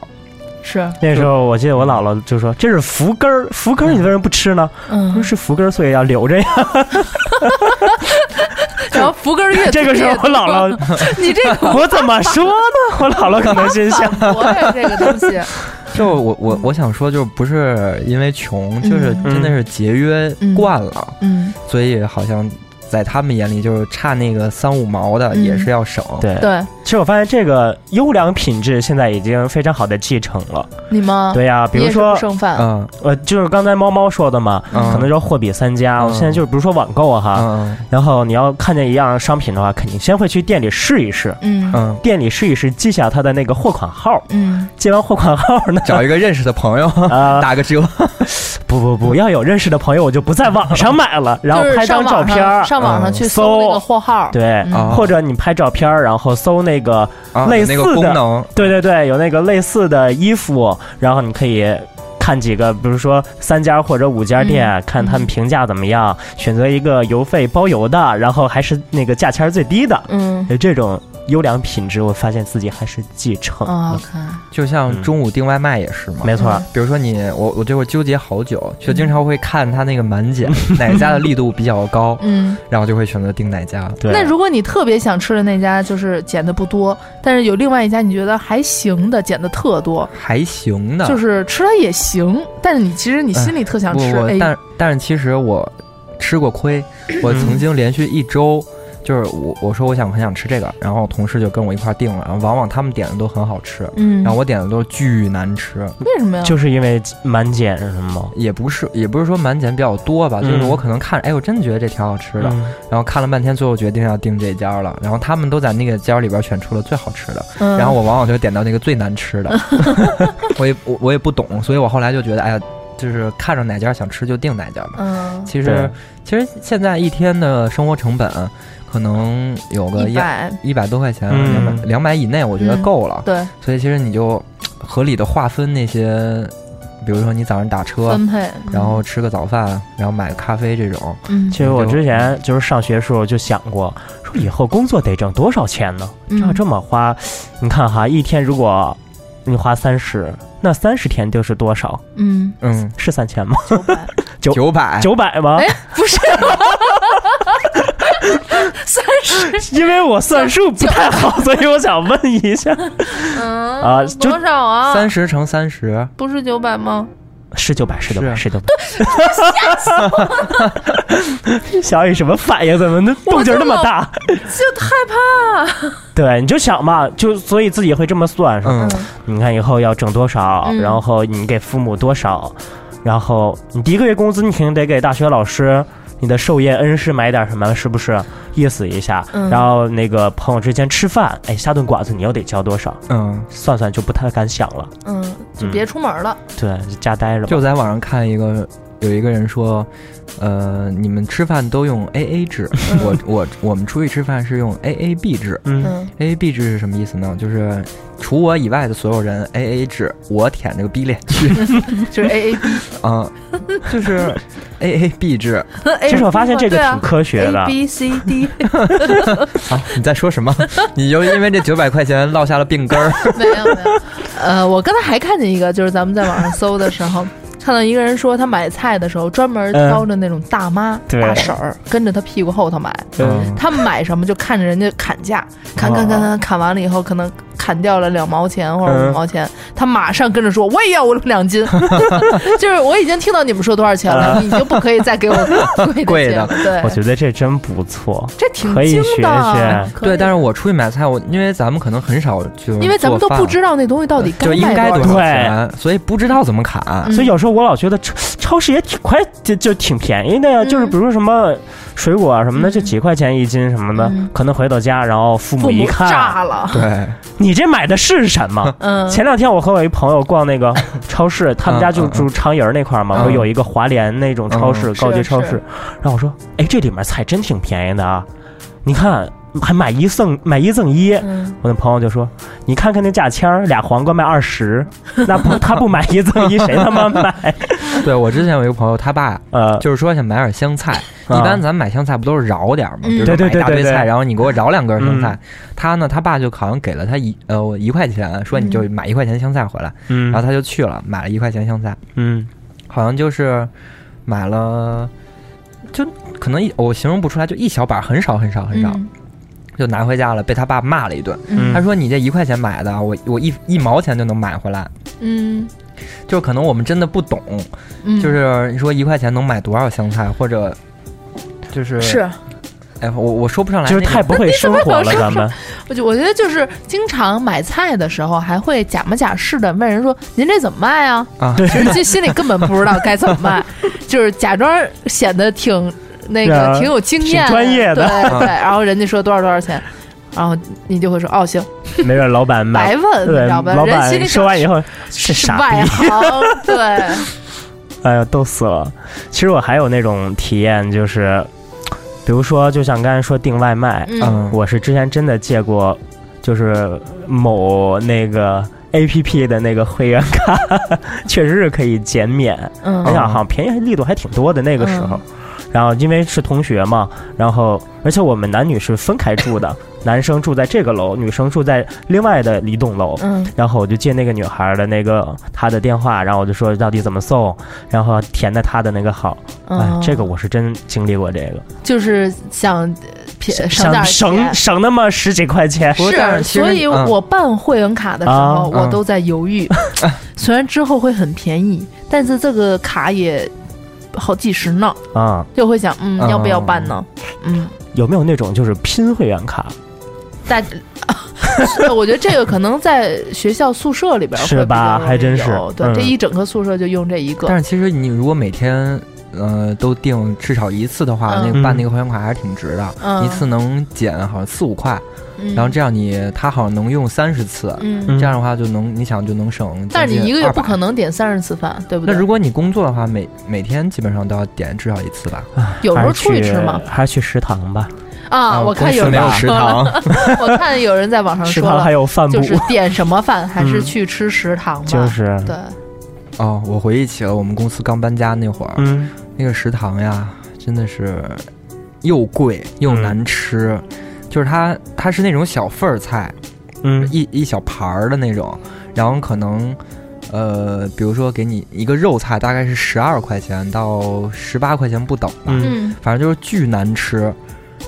S13: 是
S14: 那时候我记得我姥姥就说：“这是福根儿，福根儿你为什么不吃呢？”
S13: 嗯
S14: 我说：“是福根儿，所以要留着呀。
S13: 然后福根儿越”，
S14: [LAUGHS] 这个时候我姥姥
S13: 你这个
S14: 我怎么说呢？我姥姥可能心想，
S13: 我也这个东
S14: [LAUGHS]
S13: 西，
S12: [LAUGHS] 就我我我想说，就不是因为穷，就是
S13: 嗯
S12: 真的是节约惯了，
S13: 嗯，
S12: 所以好像在他们眼里就是差那个三五毛的
S13: 嗯
S12: 也是要省。
S14: 对
S13: 对，
S14: 其实我发现这个优良品质现在已经非常好的继承了。
S13: 你吗？
S14: 对呀、比
S13: 你
S14: 如
S13: 也是
S14: 说
S13: 不剩饭，
S12: 嗯，
S14: 呃，就是刚才猫猫说的嘛，
S12: 嗯
S14: 可能说货比三家。我现在就是比如说网购啊哈，然后你要看见一样商品的话，肯定先会去店里试一试，
S13: 嗯
S12: 嗯，
S14: 店里试一试，记下它的那个货款号，
S13: 嗯，
S14: 记完货款号呢，啊
S12: 找一个认识
S14: [LAUGHS]
S12: 的朋友、打个折。
S14: 不不不要有认识的朋友，我就不在网上买了，然后
S13: 就是
S14: 拍张
S13: 上
S14: 照
S13: 网上
S14: 片儿，
S13: 上网上
S14: 嗯
S13: 去搜那
S14: 搜
S13: 个货号，
S14: 对，
S13: 嗯
S14: 或者你拍照片儿，然后搜那个
S12: 啊
S14: 类似
S12: 哦有那
S14: 的，
S12: 个功能
S14: 对对对，有那个类似的衣服，然后你可以。看几个，比如说三家或者五家店，
S13: 嗯
S14: 看他们评价怎么样，选择一个邮费包邮的，然后还是那个价钱儿最低的。
S13: 嗯
S14: 有这种优良品质，我发现自己还是继承
S13: 啊
S14: 了。
S13: 看，
S12: 就像中午订外卖也是嘛，
S14: 嗯没错嗯。
S12: 比如说你，我我这会儿纠结好久，就经常会看他那个满
S14: [LAUGHS]
S12: 减，哪家的力度比较高，
S13: 嗯，
S12: 然后就会选择订哪家。
S14: 对
S13: 那如果你特别想吃的那家就是减的不多，但是有另外一家你觉得还行的减的特多，
S12: 还行呢，
S13: 就是吃它也行，但是你其实你
S12: 你
S13: 心
S14: 哎
S13: 里特想吃，
S12: 不不
S13: 哎，
S12: 但但是其实我吃过亏，我曾经连续一周就是我我说我想很想吃这个，然后同事就跟我一块儿订了，然后往往他们点的都很好吃，
S13: 嗯
S12: 然后我点的都是巨难吃，
S13: 为什么呀？
S14: 就是因为满减是吗？
S12: 也不是也不是说满减比较多吧，就是
S14: 嗯
S12: 我可能看，哎，我真觉得这挺好吃的，
S14: 嗯
S12: 然后看了半天，最后决定要订这家了，然后他们都在那个家里边选出了最好吃的，
S13: 嗯
S12: 然后我往往就点到那个最难吃
S14: [LAUGHS]
S12: 的，我也我我也不懂，所以我后来就觉得，哎呀，就是看上哪家想吃就订哪家吧。
S13: 嗯
S12: 其
S14: 对
S12: 实其实现在一天的生活成本可能有
S14: 呃
S12: 个
S13: 一
S12: 一
S13: 百
S12: 一百多块钱，
S14: 嗯
S12: 两百两百以内，我觉得
S13: 嗯
S12: 够了。
S13: 对，
S12: 所以其实你就合理的划分那些，比如说你早上打车
S13: 分配
S12: 然后吃个早饭，然后买个咖啡这种。
S13: 嗯
S14: 其实我之前就是上学时候就想过，说以后工作得挣多少钱呢？
S13: 嗯
S14: 照这么花，你看哈，一天如果你花三十，那三十天就是多少？
S13: 嗯，
S12: 嗯，
S14: 是三千吗？ [LAUGHS] 九
S12: 九百
S14: 九百吗？
S13: 不是，三十，
S14: 因为我算数不太好， [LAUGHS] 所以我想问一下
S13: 嗯，
S14: 啊，就
S13: 多少啊？
S12: 三十乘三十
S13: 不是九百吗？
S14: 是九百，是
S12: 啊
S14: 九百，是九百。
S13: 吓死我了！
S14: [LAUGHS] 小雨什么反应？怎么那动静那么大？
S13: 就害怕。
S14: 对，你就想吧，就所以自己会这么算，是吧？
S12: 嗯
S14: 你看以后要挣多少，
S13: 嗯
S14: 然后你给父母多少，然后你第一个月工资，你肯定得给大学老师、你的授业恩师买点什么，是不是？意思一下，
S13: 嗯
S14: 然后那个朋友之间吃饭，哎，下顿馆子你又得交多少？
S12: 嗯，
S14: 算算就不太敢想了。
S13: 嗯，就别出门了。
S14: 对，就家呆着吧。
S12: 就在网上看一个，有一个人说，呃，你们吃饭都用 A A 制，
S13: 嗯
S12: 我我我们出去吃饭是用 A A B 制。
S14: 嗯
S12: ，A A B 制是什么意思呢？就是除我以外的所有人 A A 制，我舔着个逼脸去。
S13: [LAUGHS] 就是 A A B，
S12: [LAUGHS] 啊、就是 A A B 制。
S14: 其实我发现这个挺科学的
S13: 啊 A B C D，
S12: 啊，你在说什么？你就因为这九百块钱落下了病根儿。
S13: 没有没有。呃，我刚才还看见一个，就是咱们在网上搜的时候， [LAUGHS] 看到一个人说他买菜的时候专门挑着那种大妈、
S14: 嗯
S13: 大
S14: 对
S13: 婶儿跟着他屁股后头买，
S14: 嗯
S13: 他们买什么就看着人家砍价，砍砍砍砍砍完了以后，可能砍掉了两毛钱或者
S14: 哦嗯
S13: 五毛钱，他马上跟着说我也要我两斤， [LAUGHS] 就是我已经听到你们说多少钱了，
S14: 啊
S13: 你就不可以再给我贵的钱了， [LAUGHS] 对，
S14: 我觉得这真不错，
S13: 这挺
S14: 可以
S13: 精
S14: 学
S13: 的
S14: 学，
S13: 可
S12: 对，
S13: 以
S12: 但是我出去买菜，我因为咱们可能很少就
S13: 因为咱们都
S12: 做饭
S13: 不知道那东西到底该
S12: 就应该
S13: 卖
S12: 多
S13: 多少
S12: 少
S13: 钱。
S12: 钱，所以不知道怎么砍。
S14: 所以有时候我老觉得超超市也挺快，就就挺便宜的呀，就是比如说什么水果啊什么的，就几块钱一斤什么的，可能回到家，然后父母
S13: 嗯父
S14: 一
S13: 母
S14: 看，
S13: 炸了，
S12: 对，
S14: 你这买的是什么？
S13: 嗯
S14: 前两天我和我一朋友逛那个超市，他们家就住长营那块儿嘛，
S12: 嗯
S14: 不有一个华联那种超市，
S12: 嗯
S14: 高级超
S13: 是
S14: 市
S13: 是。
S14: 然后我说，哎，这里面菜真挺便宜的啊，你看还买一赠买一赠一。
S13: 嗯，
S14: 我那朋友就说：“你看看那价签儿，俩黄瓜卖二十，那不他不买一赠一，谁他妈买？
S12: [LAUGHS] 对我之前有一个朋友，他爸
S14: 呃，
S12: 就是说想买点香菜，
S14: 啊
S12: 一般咱们买香菜不都是饶点儿吗？
S13: 嗯
S12: 比如
S14: 对对
S12: 说买一大
S14: 对对
S12: 堆
S14: 对
S12: 菜，然后你给我饶两根香
S14: 嗯
S12: 菜。他呢，他爸就好像给了他一呃我一块钱，说你就买一块钱香菜回来，
S14: 嗯
S12: 然后他就去了，买了一块钱香菜，
S14: 嗯
S12: 好像就是买了，就可能一我形容不出来，就一小把，很少很少很少，就拿回家了，被他爸骂了一顿。
S14: 嗯，
S12: 他说：“你这一块钱买的，我我一一毛钱就能买回来，
S13: 嗯
S12: 就可能我们真的不懂，
S13: 嗯，
S12: 就是说一块钱能买多少香菜，或者就是
S13: 是，
S12: 哎，我我说不上来，
S14: 就是
S13: [LAUGHS]
S14: 太不会生活了，咱们
S13: 我就我觉得就是经常买菜的时候还会假模假式的问人说：“您这怎么卖啊？”
S12: 啊
S13: 其实心心里根本不知道该怎么
S14: [LAUGHS]
S13: 卖，就是假装显得挺那
S14: 是
S13: 个
S14: 啊
S13: 挺有经
S14: 挺
S13: 验、
S14: 专业的 [LAUGHS]
S13: 对对。然后人家说多少多少钱，然后你就会说：“哦，行，
S14: 没准老板买
S13: 白问，你
S14: 对，
S13: 知道吧？”
S14: 老
S13: 人心
S14: 板
S13: 里
S14: 说完以
S13: 后
S14: 后是
S13: 是
S14: 傻
S13: 外
S14: 逼， [LAUGHS]
S13: 行，对，
S14: 哎呀，逗死了。其实我还有那种体验，就是比如说，就像刚才说订外卖，
S13: 嗯
S12: 嗯，
S14: 我是之前真的借过，就是某那个 A P P 的那个会员卡， [LAUGHS] 确实是可以减免，
S13: 嗯
S14: 而且好像便宜力度还挺多哎的那个时候。然后因为是同学嘛，然后而且我们男女是分开住的，男生住在这个楼，女生住在另外的一栋楼。
S13: 嗯
S14: 然后我就借那个女孩的那个她的电话，然后我就说到底怎么送，然后填的她的那个号。哎
S13: 嗯，，
S14: 这个我是真经历过这个，
S13: 就是想便省点
S14: 想省
S13: 钱。
S14: 省那么十几块钱。
S12: 不过但
S13: 是，
S12: 是其实
S13: 所以
S12: 嗯
S13: 我办会员卡的时候，
S14: 啊
S13: 我
S12: 嗯
S13: 都在犹
S14: [LAUGHS]
S13: 豫。虽然之后会很便宜，但是这个卡也好几十呢，
S14: 啊、
S13: 就会想，嗯，
S12: 嗯
S13: 要不要办呢？嗯，
S14: 有没有那种就是拼会员卡？
S13: 大， [LAUGHS] 我觉得这个可能在学校宿舍里边会
S14: 是吧
S13: 比较
S14: 还真是
S13: 有对，
S12: 嗯
S13: 这一整个宿舍就用这一个。
S12: 但是其实你如果每天呃都订至少一次的话，
S13: 嗯
S12: 那个办那个会员卡还是挺值的，
S13: 嗯
S12: 一次能减好像四五块，
S13: 嗯
S12: 然后这样你它好像能用三十次，
S13: 嗯
S12: 这样的话就能你想就能省。
S13: 但是你一个月不。可能点三十次饭，对不
S12: 那
S13: 对？
S12: 如果你工作的话，每每天基本上都要点至少一次吧。
S13: 有时候出去吃嘛
S14: 还是去食堂吧。
S13: 啊，
S12: 啊
S13: 我看有
S12: 公司没
S13: 人
S12: 有
S13: 说了， [LAUGHS] 我看有人在网上
S14: 食
S13: 说
S14: 堂
S13: 了，
S14: 还有饭部
S13: 就是点什么饭还是
S12: 嗯
S13: 去吃食堂吧，
S12: 就是
S13: 对，
S12: 哦，我回忆起了我们公司刚搬家那会儿，
S14: 嗯，
S12: 那个食堂呀，真的是又贵又难吃，就是它它是那种小份儿菜，
S14: 嗯，
S12: 一一小盘儿的那种，然后可能。呃，比如说给你一个肉菜，大概是十二块钱到十八块钱不等吧，
S15: 嗯
S12: 反正就是巨难吃。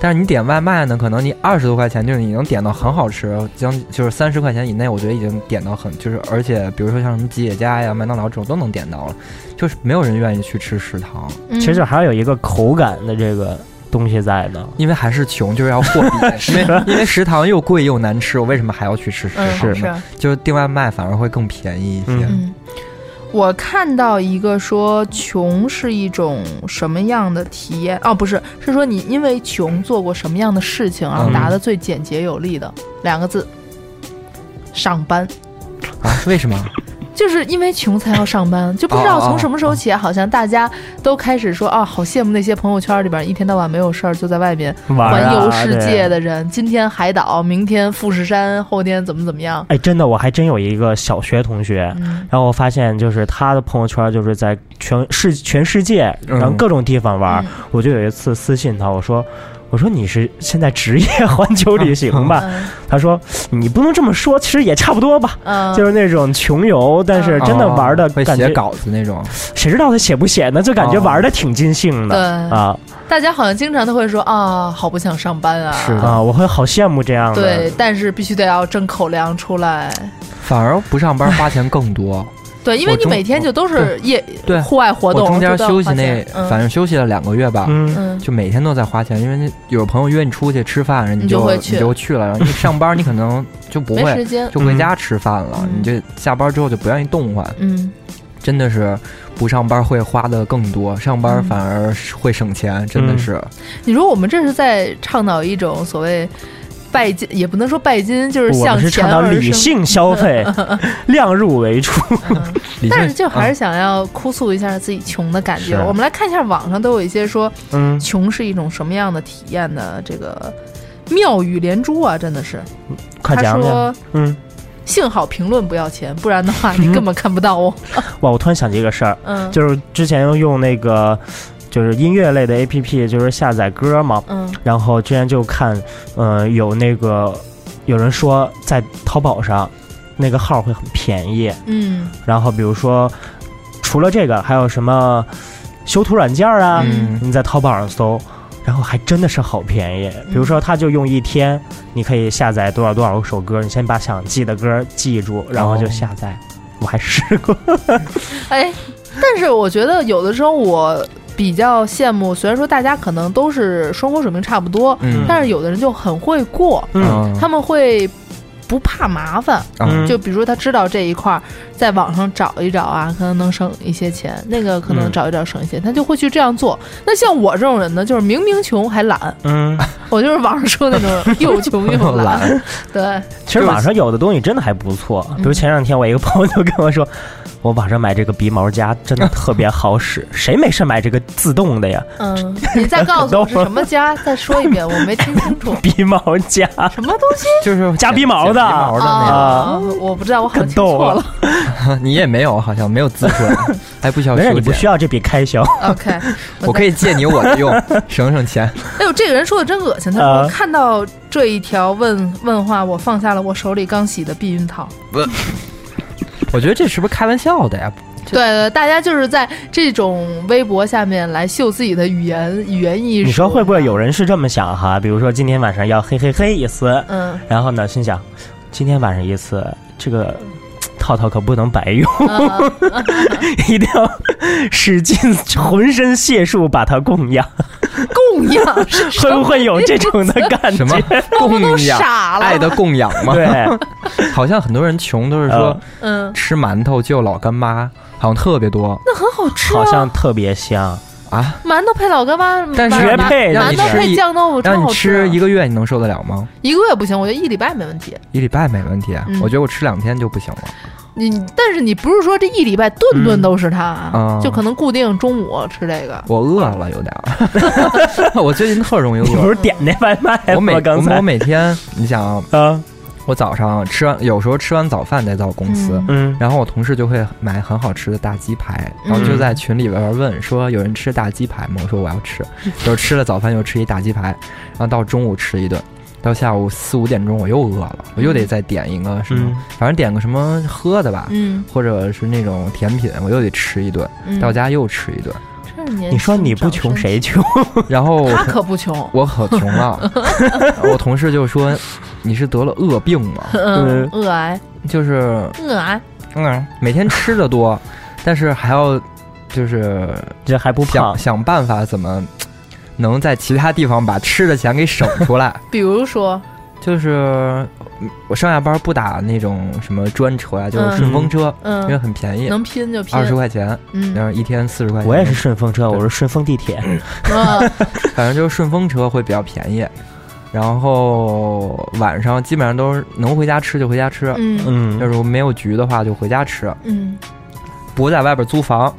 S12: 但是你点外卖呢，可能你二十多块钱就是你能点到很好吃，将就是三十块钱以内，我觉得已经点到很就是，而且比如说像什么吉野家呀、麦当劳这种都能点到了，就是没有人愿意去吃食堂，
S13: 嗯
S14: 其实就还有一个口感的这个东西在的。
S12: 因为还是穷，就是要货
S14: [LAUGHS]
S12: 比，因为因为食堂又贵又难吃，我为什么还要去吃食堂
S14: 啊嗯
S12: 呢？
S14: 是
S12: 就是订外卖反而会更便宜一些。
S13: 嗯我看到一个说穷是一种什么样的体验？哦，不是，是说你因为穷做过什么样的事情，然后
S12: 嗯
S13: 答的最简洁有力的、两个字：上班。
S12: 啊？为什么？哦
S13: 就是因为穷才要上班，就不知道从什么时候起，好像大家都开始说啊，好羡慕那些朋友圈里边一天到晚没有事儿就在外面
S14: 玩啊
S13: 环游世界
S14: 对
S13: 的人。今天海岛，明天富士山，后天怎么怎么样？
S14: 哎，真的，我还真有一个小学同学，
S13: 嗯
S14: 然后我发现就是他的朋友圈就是在全世全世界，
S12: 嗯
S14: 然后各种地方玩
S13: 嗯
S14: 儿。我就有一次私信他，我说。我说你是现在职业 [LAUGHS] 环球旅行吧？他说你不能这么说，其实也差不多吧，
S13: 嗯
S14: 就是那种穷游，但是真的玩的
S12: 哦会
S14: 感觉
S12: 写稿子那种，哦
S14: 谁知道他写不写呢？就感觉玩的挺尽兴的、
S13: 对
S14: 啊，
S13: 大家好像经常都会说啊，好不想上班啊。
S14: 啊，我会好羡慕这样的。
S13: 对，但是必须得要挣口粮出来。
S12: 反而不上班花钱更多。
S13: [LAUGHS] 对，因为
S12: 我
S13: 你
S12: 中
S13: 每天就都是夜
S12: 对
S13: 户外活动，
S12: 我中间
S13: 就都要
S12: 休息
S13: 花
S12: 那
S13: 钱，嗯
S12: 反正休息了两个月吧，
S13: 嗯
S12: 就每天都在花钱，因为那有朋友约你出去吃饭，人
S13: 你
S12: 你
S13: 就
S12: 就
S13: 会去
S12: 你就去了，然后你上班你可能就不
S13: 没
S12: 会
S13: 时间
S12: 就回家吃饭了，你这下班之后就不愿意动换，
S13: 嗯，
S12: 真的是不上班会花的更多，上
S13: 嗯
S12: 班反而是会省钱，真
S14: 嗯
S12: 的是，
S13: 你说我们这是在倡导一种所谓拜金，也不能说拜金，就是
S14: 我
S13: 向
S14: 们是
S13: 钱
S14: 倡导
S13: 而生。，
S14: 理性消费量入为出。
S13: 但是就还是想要哭诉一下自己穷的感觉。
S14: 啊是啊
S13: 我们来看一下网上都有一些说，
S14: 嗯
S13: 穷是一种什么样的体验的这个妙语连珠啊，真的是。
S14: 快讲
S13: 他
S14: 讲
S13: 说。
S14: 嗯，
S13: 幸好评论不要钱，不然的话你根本看不到哦。
S14: 哇，我突然想起一个事儿，
S13: 嗯
S14: 就是之前用那个就是音乐类的 A P P，就是下载歌嘛，
S13: 嗯
S14: 然后之前就看，呃，有那个有人说在淘宝上那个号会很便宜，
S13: 嗯
S14: 然后比如说除了这个还有什么修图软件儿啊，
S12: 嗯
S14: 你在淘宝上搜。然后还真的是好便宜，比如说他就用一天，你可以下载多少多少首歌，你先把想记的歌记
S12: 哦
S14: 住，然后就下载。我还试
S12: [LAUGHS]
S14: 过，
S13: 哎，但是我觉得有的时候我比较羡慕，虽然说大家可能都是生活水平差不多，
S12: 嗯
S13: 但是有的人就很会过，
S12: 嗯
S13: 他们会。不怕麻烦，
S12: 嗯
S13: 就比如说他知道这一块儿，在网上找一找啊，可能能省一些钱，那个可能
S14: 嗯
S13: 找一找省一些，他就会去这样做。那像我这种人呢，就是明明穷还懒，
S14: 嗯，
S13: 我就是网上说那种又穷又
S12: [LAUGHS]
S13: 懒，
S14: 懒
S13: [LAUGHS] 对，嗯
S14: 其实网上有的东西真的还不错，比如前两天我一个朋友就跟我说，我网上买这个鼻毛夹真的特别
S13: [LAUGHS]
S14: 好使，谁没事买这个自动的呀？
S13: 嗯，你再告
S14: [LAUGHS]
S13: 诉我是什么家，再说一遍，我没听清楚。
S14: 鼻毛夹
S13: 什么东西？
S12: 就是
S14: 夹鼻毛的
S12: 夹鼻毛的那
S13: 啊
S12: 种。，
S13: 我不知道，我好像听错了。
S12: [LAUGHS] 你也没有，好像没有资
S13: [LAUGHS]
S12: 准，还不需要
S14: 没
S12: 修
S14: 事
S12: 剪。
S14: 你不需要这笔开销。
S13: OK，
S12: 我可以借你我的
S13: [LAUGHS]
S12: 用，省省钱。
S13: 哎呦，这个人说的真恶心。他
S12: 啊
S14: 呃
S13: 说看到这一条问问话，我放下了我手里刚洗的避孕套。
S12: 不，我觉得这是不是开玩笑的呀？
S13: 对对，大家就是在这种微博下面来秀自己的语言语言艺
S14: 你
S13: 术。
S14: 说会不会有人是这么想哈？比如说今天晚上要嘿嘿嘿一次，
S13: 嗯，
S14: 然后呢心想，今天晚上一次，这个套套可不能白用，
S13: 啊
S14: [LAUGHS] 一定要使尽浑身解数把它供养。
S13: 供养是什
S14: [LAUGHS] 会
S13: 么
S14: 不会有哦这种哎的感觉？
S12: 什么
S13: [LAUGHS]
S12: 供
S13: 都
S12: 养
S13: 哎傻？了
S12: 爱的供养
S14: [LAUGHS]
S13: [LAUGHS]
S12: 吗？
S14: 对，
S12: 好像很多人穷都是说，
S13: 嗯嗯
S12: 吃馒头救老干妈，好像特别多
S13: 那很好吃、啊，
S14: 好像特别香。
S12: 啊。
S13: 馒头配老干妈，
S12: 但是
S13: 馒
S14: 配
S12: 让
S13: 馒
S12: 你
S13: 头
S12: 吃
S13: 配
S12: 一
S13: 酱豆腐超
S12: 让
S13: 好
S12: 你吃
S13: 啊
S12: 一个月，你能受得了吗？
S13: 一个月不行，哎我觉得一礼拜没问题。
S12: 一礼拜没问题，啊
S13: 嗯
S12: 我觉得我吃两天就不行了。
S13: 你但是你不是说这一礼拜顿顿都是它啊，
S12: 嗯啊
S13: 就可能固定中午吃这个。
S12: 我饿了有点儿， [LAUGHS] 我最近特容易
S14: 你
S12: 饿
S14: 不。是点那外卖吗？
S12: 我每
S14: 刚才
S12: 我每天，你想
S14: 啊，
S12: 我早上吃完，有时候吃完早饭再到公司，
S14: 嗯
S12: 然后我同事就会买很好吃的大鸡排，
S13: 嗯
S12: 然后就在群里边问说有人吃大鸡排吗？我说我要吃，就是吃了早饭又吃一大鸡排，然后到中午吃一顿，到下午四五点钟我又饿了，我又得再点一个什么，
S14: 嗯
S12: 反正点个什么喝的吧，
S13: 嗯
S12: 或者是那种甜品，我又得吃一顿，
S13: 嗯
S12: 到家又吃一顿，
S13: 这是年
S14: 你说你不穷谁穷？
S12: 然后我
S13: 他可不
S14: [LAUGHS]
S13: 穷，
S12: 我可穷了，我同事就说你是得了恶病吗？
S13: 嗯，饿癌，
S12: 就是
S13: 饿癌，
S12: 嗯，每天吃的多，但是还要就是
S14: 这还不
S12: 想
S14: 胖？
S12: 想办法怎么能在其他地方把吃的钱给省出来。 [LAUGHS]
S13: 比如说，
S12: 就是嗯我上下班不打那种什么专车呀、就是
S13: 嗯
S12: 顺风车，
S13: 嗯
S12: 因为很便宜，
S13: 能拼就拼，
S12: 二十块钱，
S13: 嗯
S12: 然后一天四十块钱。
S14: 我也是，顺风车，我是顺风地铁。
S13: 嗯
S12: 反正就是顺风车会比较便宜。然后晚上基本上都是能回家吃就回家吃，
S13: 嗯
S14: 嗯
S12: 要，是没有局的话就回家吃，
S13: 嗯，
S12: 不在外边
S14: [LAUGHS]
S12: 租房，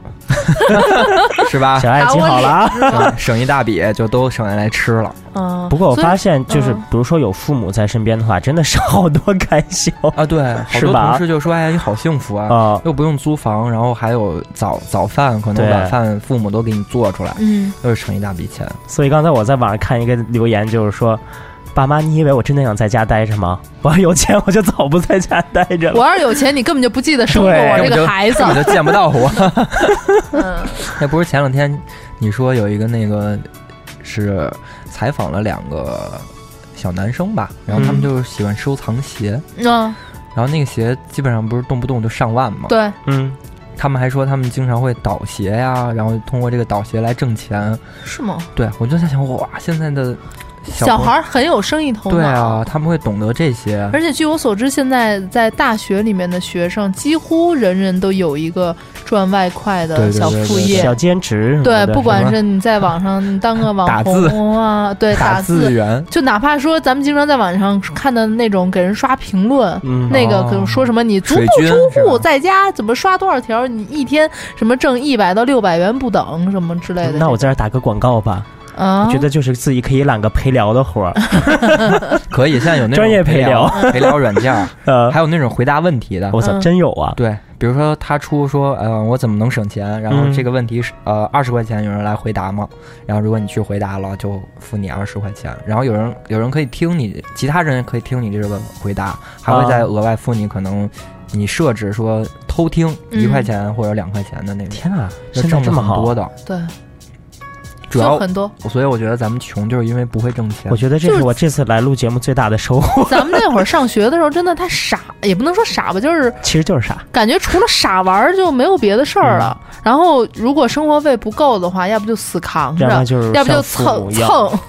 S12: 是吧？
S14: 小爱记好了啊。
S12: 省省一大笔就都省下来吃了
S13: 啊。
S14: 不过我
S13: 所以
S14: 发现，就是
S13: 嗯
S14: 比如说有父母在身边的话，真的是好多感想
S12: 啊！对，好
S14: 哦是
S12: 多
S14: 吧
S12: 同事就说：“哎呀，你好幸福啊，
S14: 啊。
S12: 又不用租房，然后还有早早饭，可能
S14: 对
S12: 晚饭父母都给你做出来，
S13: 嗯，
S12: 又是省一大笔钱。
S14: 所以刚才我在网上看一个留言，就是说。爸妈，你以为我真的想在家待着吗？我要有钱，我就早不在家待着
S13: [LAUGHS]
S14: 了。
S13: 我要是有钱，你根本就不记得生过
S14: 对
S13: 我
S12: 根
S13: 这
S12: 本就
S13: 个孩子
S12: [LAUGHS] 根。本就见不到我。
S13: 嗯
S12: [LAUGHS] 那哎不是前两天你说有一个那个是采访了两个小男生吧，然后他们
S14: 嗯
S12: 就是喜欢收藏鞋，
S13: 嗯，
S12: 然后那个鞋基本上不是动不动就上万嘛。
S13: 对，
S14: 嗯，
S12: 他们还说他们经常会倒鞋呀，然后通过这个倒鞋来挣钱。
S13: 是吗？
S12: 对，我就在想，哇，现在的小
S13: 小
S12: 朋
S13: 孩儿很有生意头脑。
S12: 对啊，他们会懂得这些。
S13: 而且据我所知，现在在大学里面的学生，几乎人人都有一个赚外快
S12: 对
S13: 的
S12: 对对
S13: 小
S12: 对
S13: 副
S12: 对
S13: 业。
S14: 小兼职什么
S13: 对
S14: 的，
S13: 不管
S12: 什么
S13: 是你在网上当个
S12: 打
S13: 呃网
S12: 字
S13: 红啊，对打
S12: 字员，
S13: 就哪怕说咱们经常在网上看到那种给人刷评论，
S14: 嗯
S13: 那个
S12: 哦
S13: 可能说什么你足
S12: 水
S13: 不
S12: 军
S13: 出
S12: 是
S13: 户，
S12: 吧
S13: 在家怎么刷多少条，你一天什么挣一百到六百元不等，什么之类的。
S14: 嗯那我在这儿打个广告吧，
S13: 啊嗯
S14: 我，觉得就是自己可以揽个陪聊的活儿，
S12: 可以现在有那种
S14: 专业陪
S12: 聊
S13: [LAUGHS]
S12: 陪聊软件儿，
S14: 呃，
S12: 还有那种回答问题的。
S14: 我操，
S13: 嗯
S14: 真有啊！
S12: 对，比如说他出说，呃，我怎么能省钱？然后
S14: 嗯
S12: 这个问题是，呃，二十块钱有人来回答吗？然后如果你去回答了，就付你二十块钱。然后有人有人可以听你，其他人也可以听你这个回答，还会再额外付你可能你设置说偷听
S13: 嗯
S12: 一块钱或者两块钱的那种，
S14: 天哪，现
S12: 那
S14: 在
S12: 挣
S14: 这
S12: 的
S14: 么
S12: 很
S14: 好，
S12: 多的。
S13: 对，
S12: 主要
S13: 就很
S12: [LAUGHS]
S13: 多。
S12: 所以我觉得咱们穷就是因为不会挣钱
S14: 我。觉得这是我这次来录节目最大的收获， [LAUGHS]
S13: 咱们那会儿上学的时候，真的太傻，也不能说傻吧，就是
S14: 其实就是啥，
S13: 感觉除了傻玩儿就没有别的事儿了。
S14: 嗯
S13: 然后如果生活费不够的话，要不就死扛
S14: 要不
S13: 着，
S14: 然就是
S13: 要不就
S14: 向父
S13: 蹭
S14: 母要
S13: 蹭，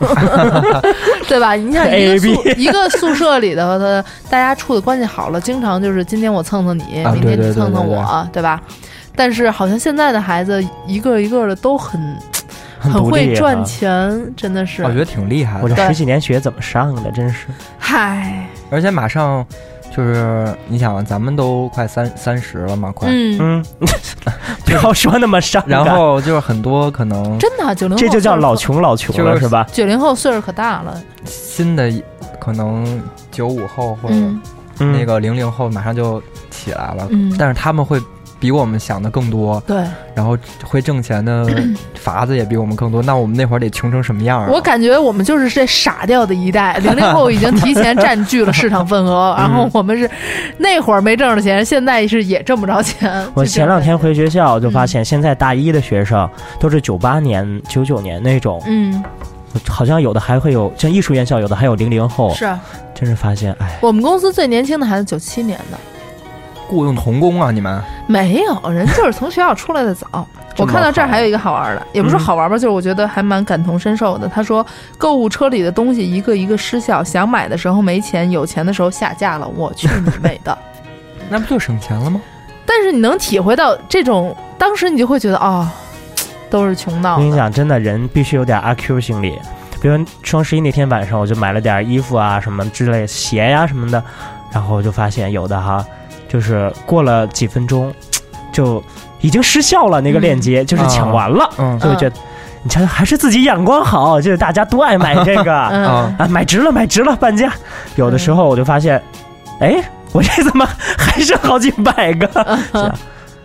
S13: [LAUGHS] 对吧？你
S14: [LAUGHS]
S13: 像一
S14: A A
S13: 个
S14: B
S13: 宿一个宿舍里头的，呃大家处的关系好了，经常就是今天我蹭蹭你，
S12: 啊
S13: 明天
S12: 对对
S13: 你
S12: 对
S13: 蹭蹭
S12: 对对
S13: 我，对吧？但是好像现在的孩子一个一个的都很
S14: 很独
S13: 会
S14: 立啊
S13: 赚钱，真的是
S12: 我，觉得挺厉害
S14: 我
S12: 的，
S14: 这
S13: 对
S14: 十几年学怎么上的？真是， [LAUGHS]
S13: 嗨，
S12: 而且马上就是你想，咱们都快三三十了嘛，快，
S13: 嗯，
S14: 嗯，不要说那么伤
S13: [LAUGHS]
S14: 感，
S12: 然
S13: 哦
S12: 后就是很多可能
S13: 真的啊九零后
S14: 这就叫
S13: 岁数
S14: 老
S13: 可
S14: 穷老穷了
S12: 就是
S14: 是吧？
S13: 九零后岁数可大了，
S12: 新的可能九五后或者
S13: 嗯
S14: 嗯
S12: 那个零零后马上就起来了，
S13: 嗯，
S12: 但是他们会比我们想的更多，
S13: 对。
S12: 然后会挣
S13: [CLEARS THROAT]
S12: 钱的法子也比我们更多。那我们那会儿得穷成什么样啊？
S13: 我感觉我们就是这傻掉的一代，零零后已
S14: [LAUGHS]
S13: 经提前占据了市场份额，然
S14: 嗯
S13: 后我们是那会儿没挣着钱，现在是也挣不着钱。就
S14: 我
S13: 嗯这
S14: 前
S13: 样
S14: 两天回学校就发现，现在大一的学生都是九八年、九九年那种，
S13: 嗯，
S14: 好像有的还会有，像艺术院校有的还有零零后，
S13: 是
S14: 真是发现，哎，
S13: 我们公司最年轻的孩子九七年的，
S12: 雇佣童工啊？你们
S13: 没有，人就是从学校出来的早。我看到这儿还有一个好玩的，也
S12: 嗯
S13: 不是好玩吧，就是我觉得还蛮感同身受的。他说，购物车里的东西一个一个失效，想买的时候没钱，有钱的时候下架了。我去你妹的！
S12: 那不就省钱了吗？
S13: 但是你能体会到这种，当时你就会觉得啊、哦，都是穷闹
S14: 我。跟你讲，真的人必须有点阿 Q 心理。比如双十一那天晚上，我就买了点衣服啊什么之类，鞋呀、什么的，然后我就发现有的哈，就是过了几分钟，就已经失效了那个链
S12: 嗯
S14: 接，就是抢完了，就会觉得。你瞧，还是自己眼光好，就是大家都爱买这个
S13: 嗯
S14: 啊，买值了，买值了，半价。有的时候我就发现，哎，我这怎么还剩好几百个？
S13: 嗯
S14: [LAUGHS] 是啊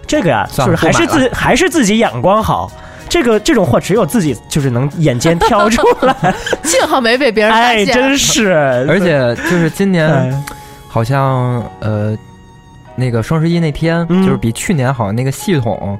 S14: 这个呀、
S12: 算
S14: 就
S12: 了
S14: 是还是
S12: 嗯不买了
S14: 自还是自己眼光好。这个这种货只有自己就是能眼尖挑出来，
S13: 幸好没被别人发
S14: 哎，
S13: 现。
S14: 真是。而
S12: 而且就是今
S14: 哎
S12: 年，好像呃，那个双十一那天，
S14: 嗯
S12: 就是比去年好像那个系统，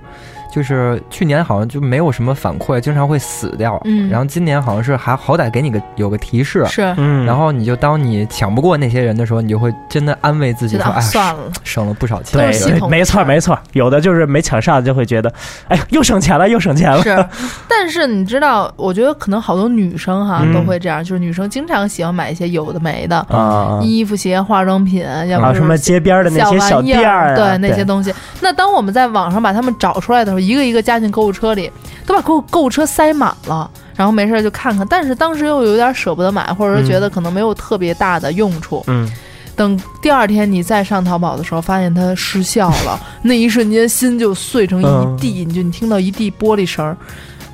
S12: 就是去年好像就没有什么反馈，经常会死掉。
S13: 嗯
S12: 然后今年好像是还好歹给你个有个提示，
S13: 是
S14: 嗯
S12: 然后你就当你抢不过那些人的时候，你就会真的安慰自己
S13: 觉得
S12: 说，
S13: 啊
S12: 哎，
S13: 算了
S12: 省了不少钱。
S14: 对，
S13: 系统的
S14: 没错没错，有的就是没抢上就会觉得，哎，又省钱了，又省钱了。
S13: 是但是你知道，我觉得可能好多女生哈、
S14: 嗯
S13: 都会这样，就是女生经常喜欢买一些有的没的，
S14: 啊
S13: 衣服、鞋、化妆品，要不
S14: 啊
S13: 就是
S14: 什么街边的那些小
S13: 玩意
S14: 店儿
S13: 儿，
S14: 啊
S13: 对那些
S14: 对
S13: 东西。那当我们在网上把它们找出来的时候，一个一个加进购物车里，都把购物购物车塞满了，然后没事儿就看看。但是当时又有点舍不得买，或者说觉得可能没有特别大的用处。
S14: 嗯，
S13: 等第二天你再上淘宝的时候，发现它失效了，那一瞬间心就碎成
S14: 嗯
S13: 一地，你就你听到一地玻璃声儿，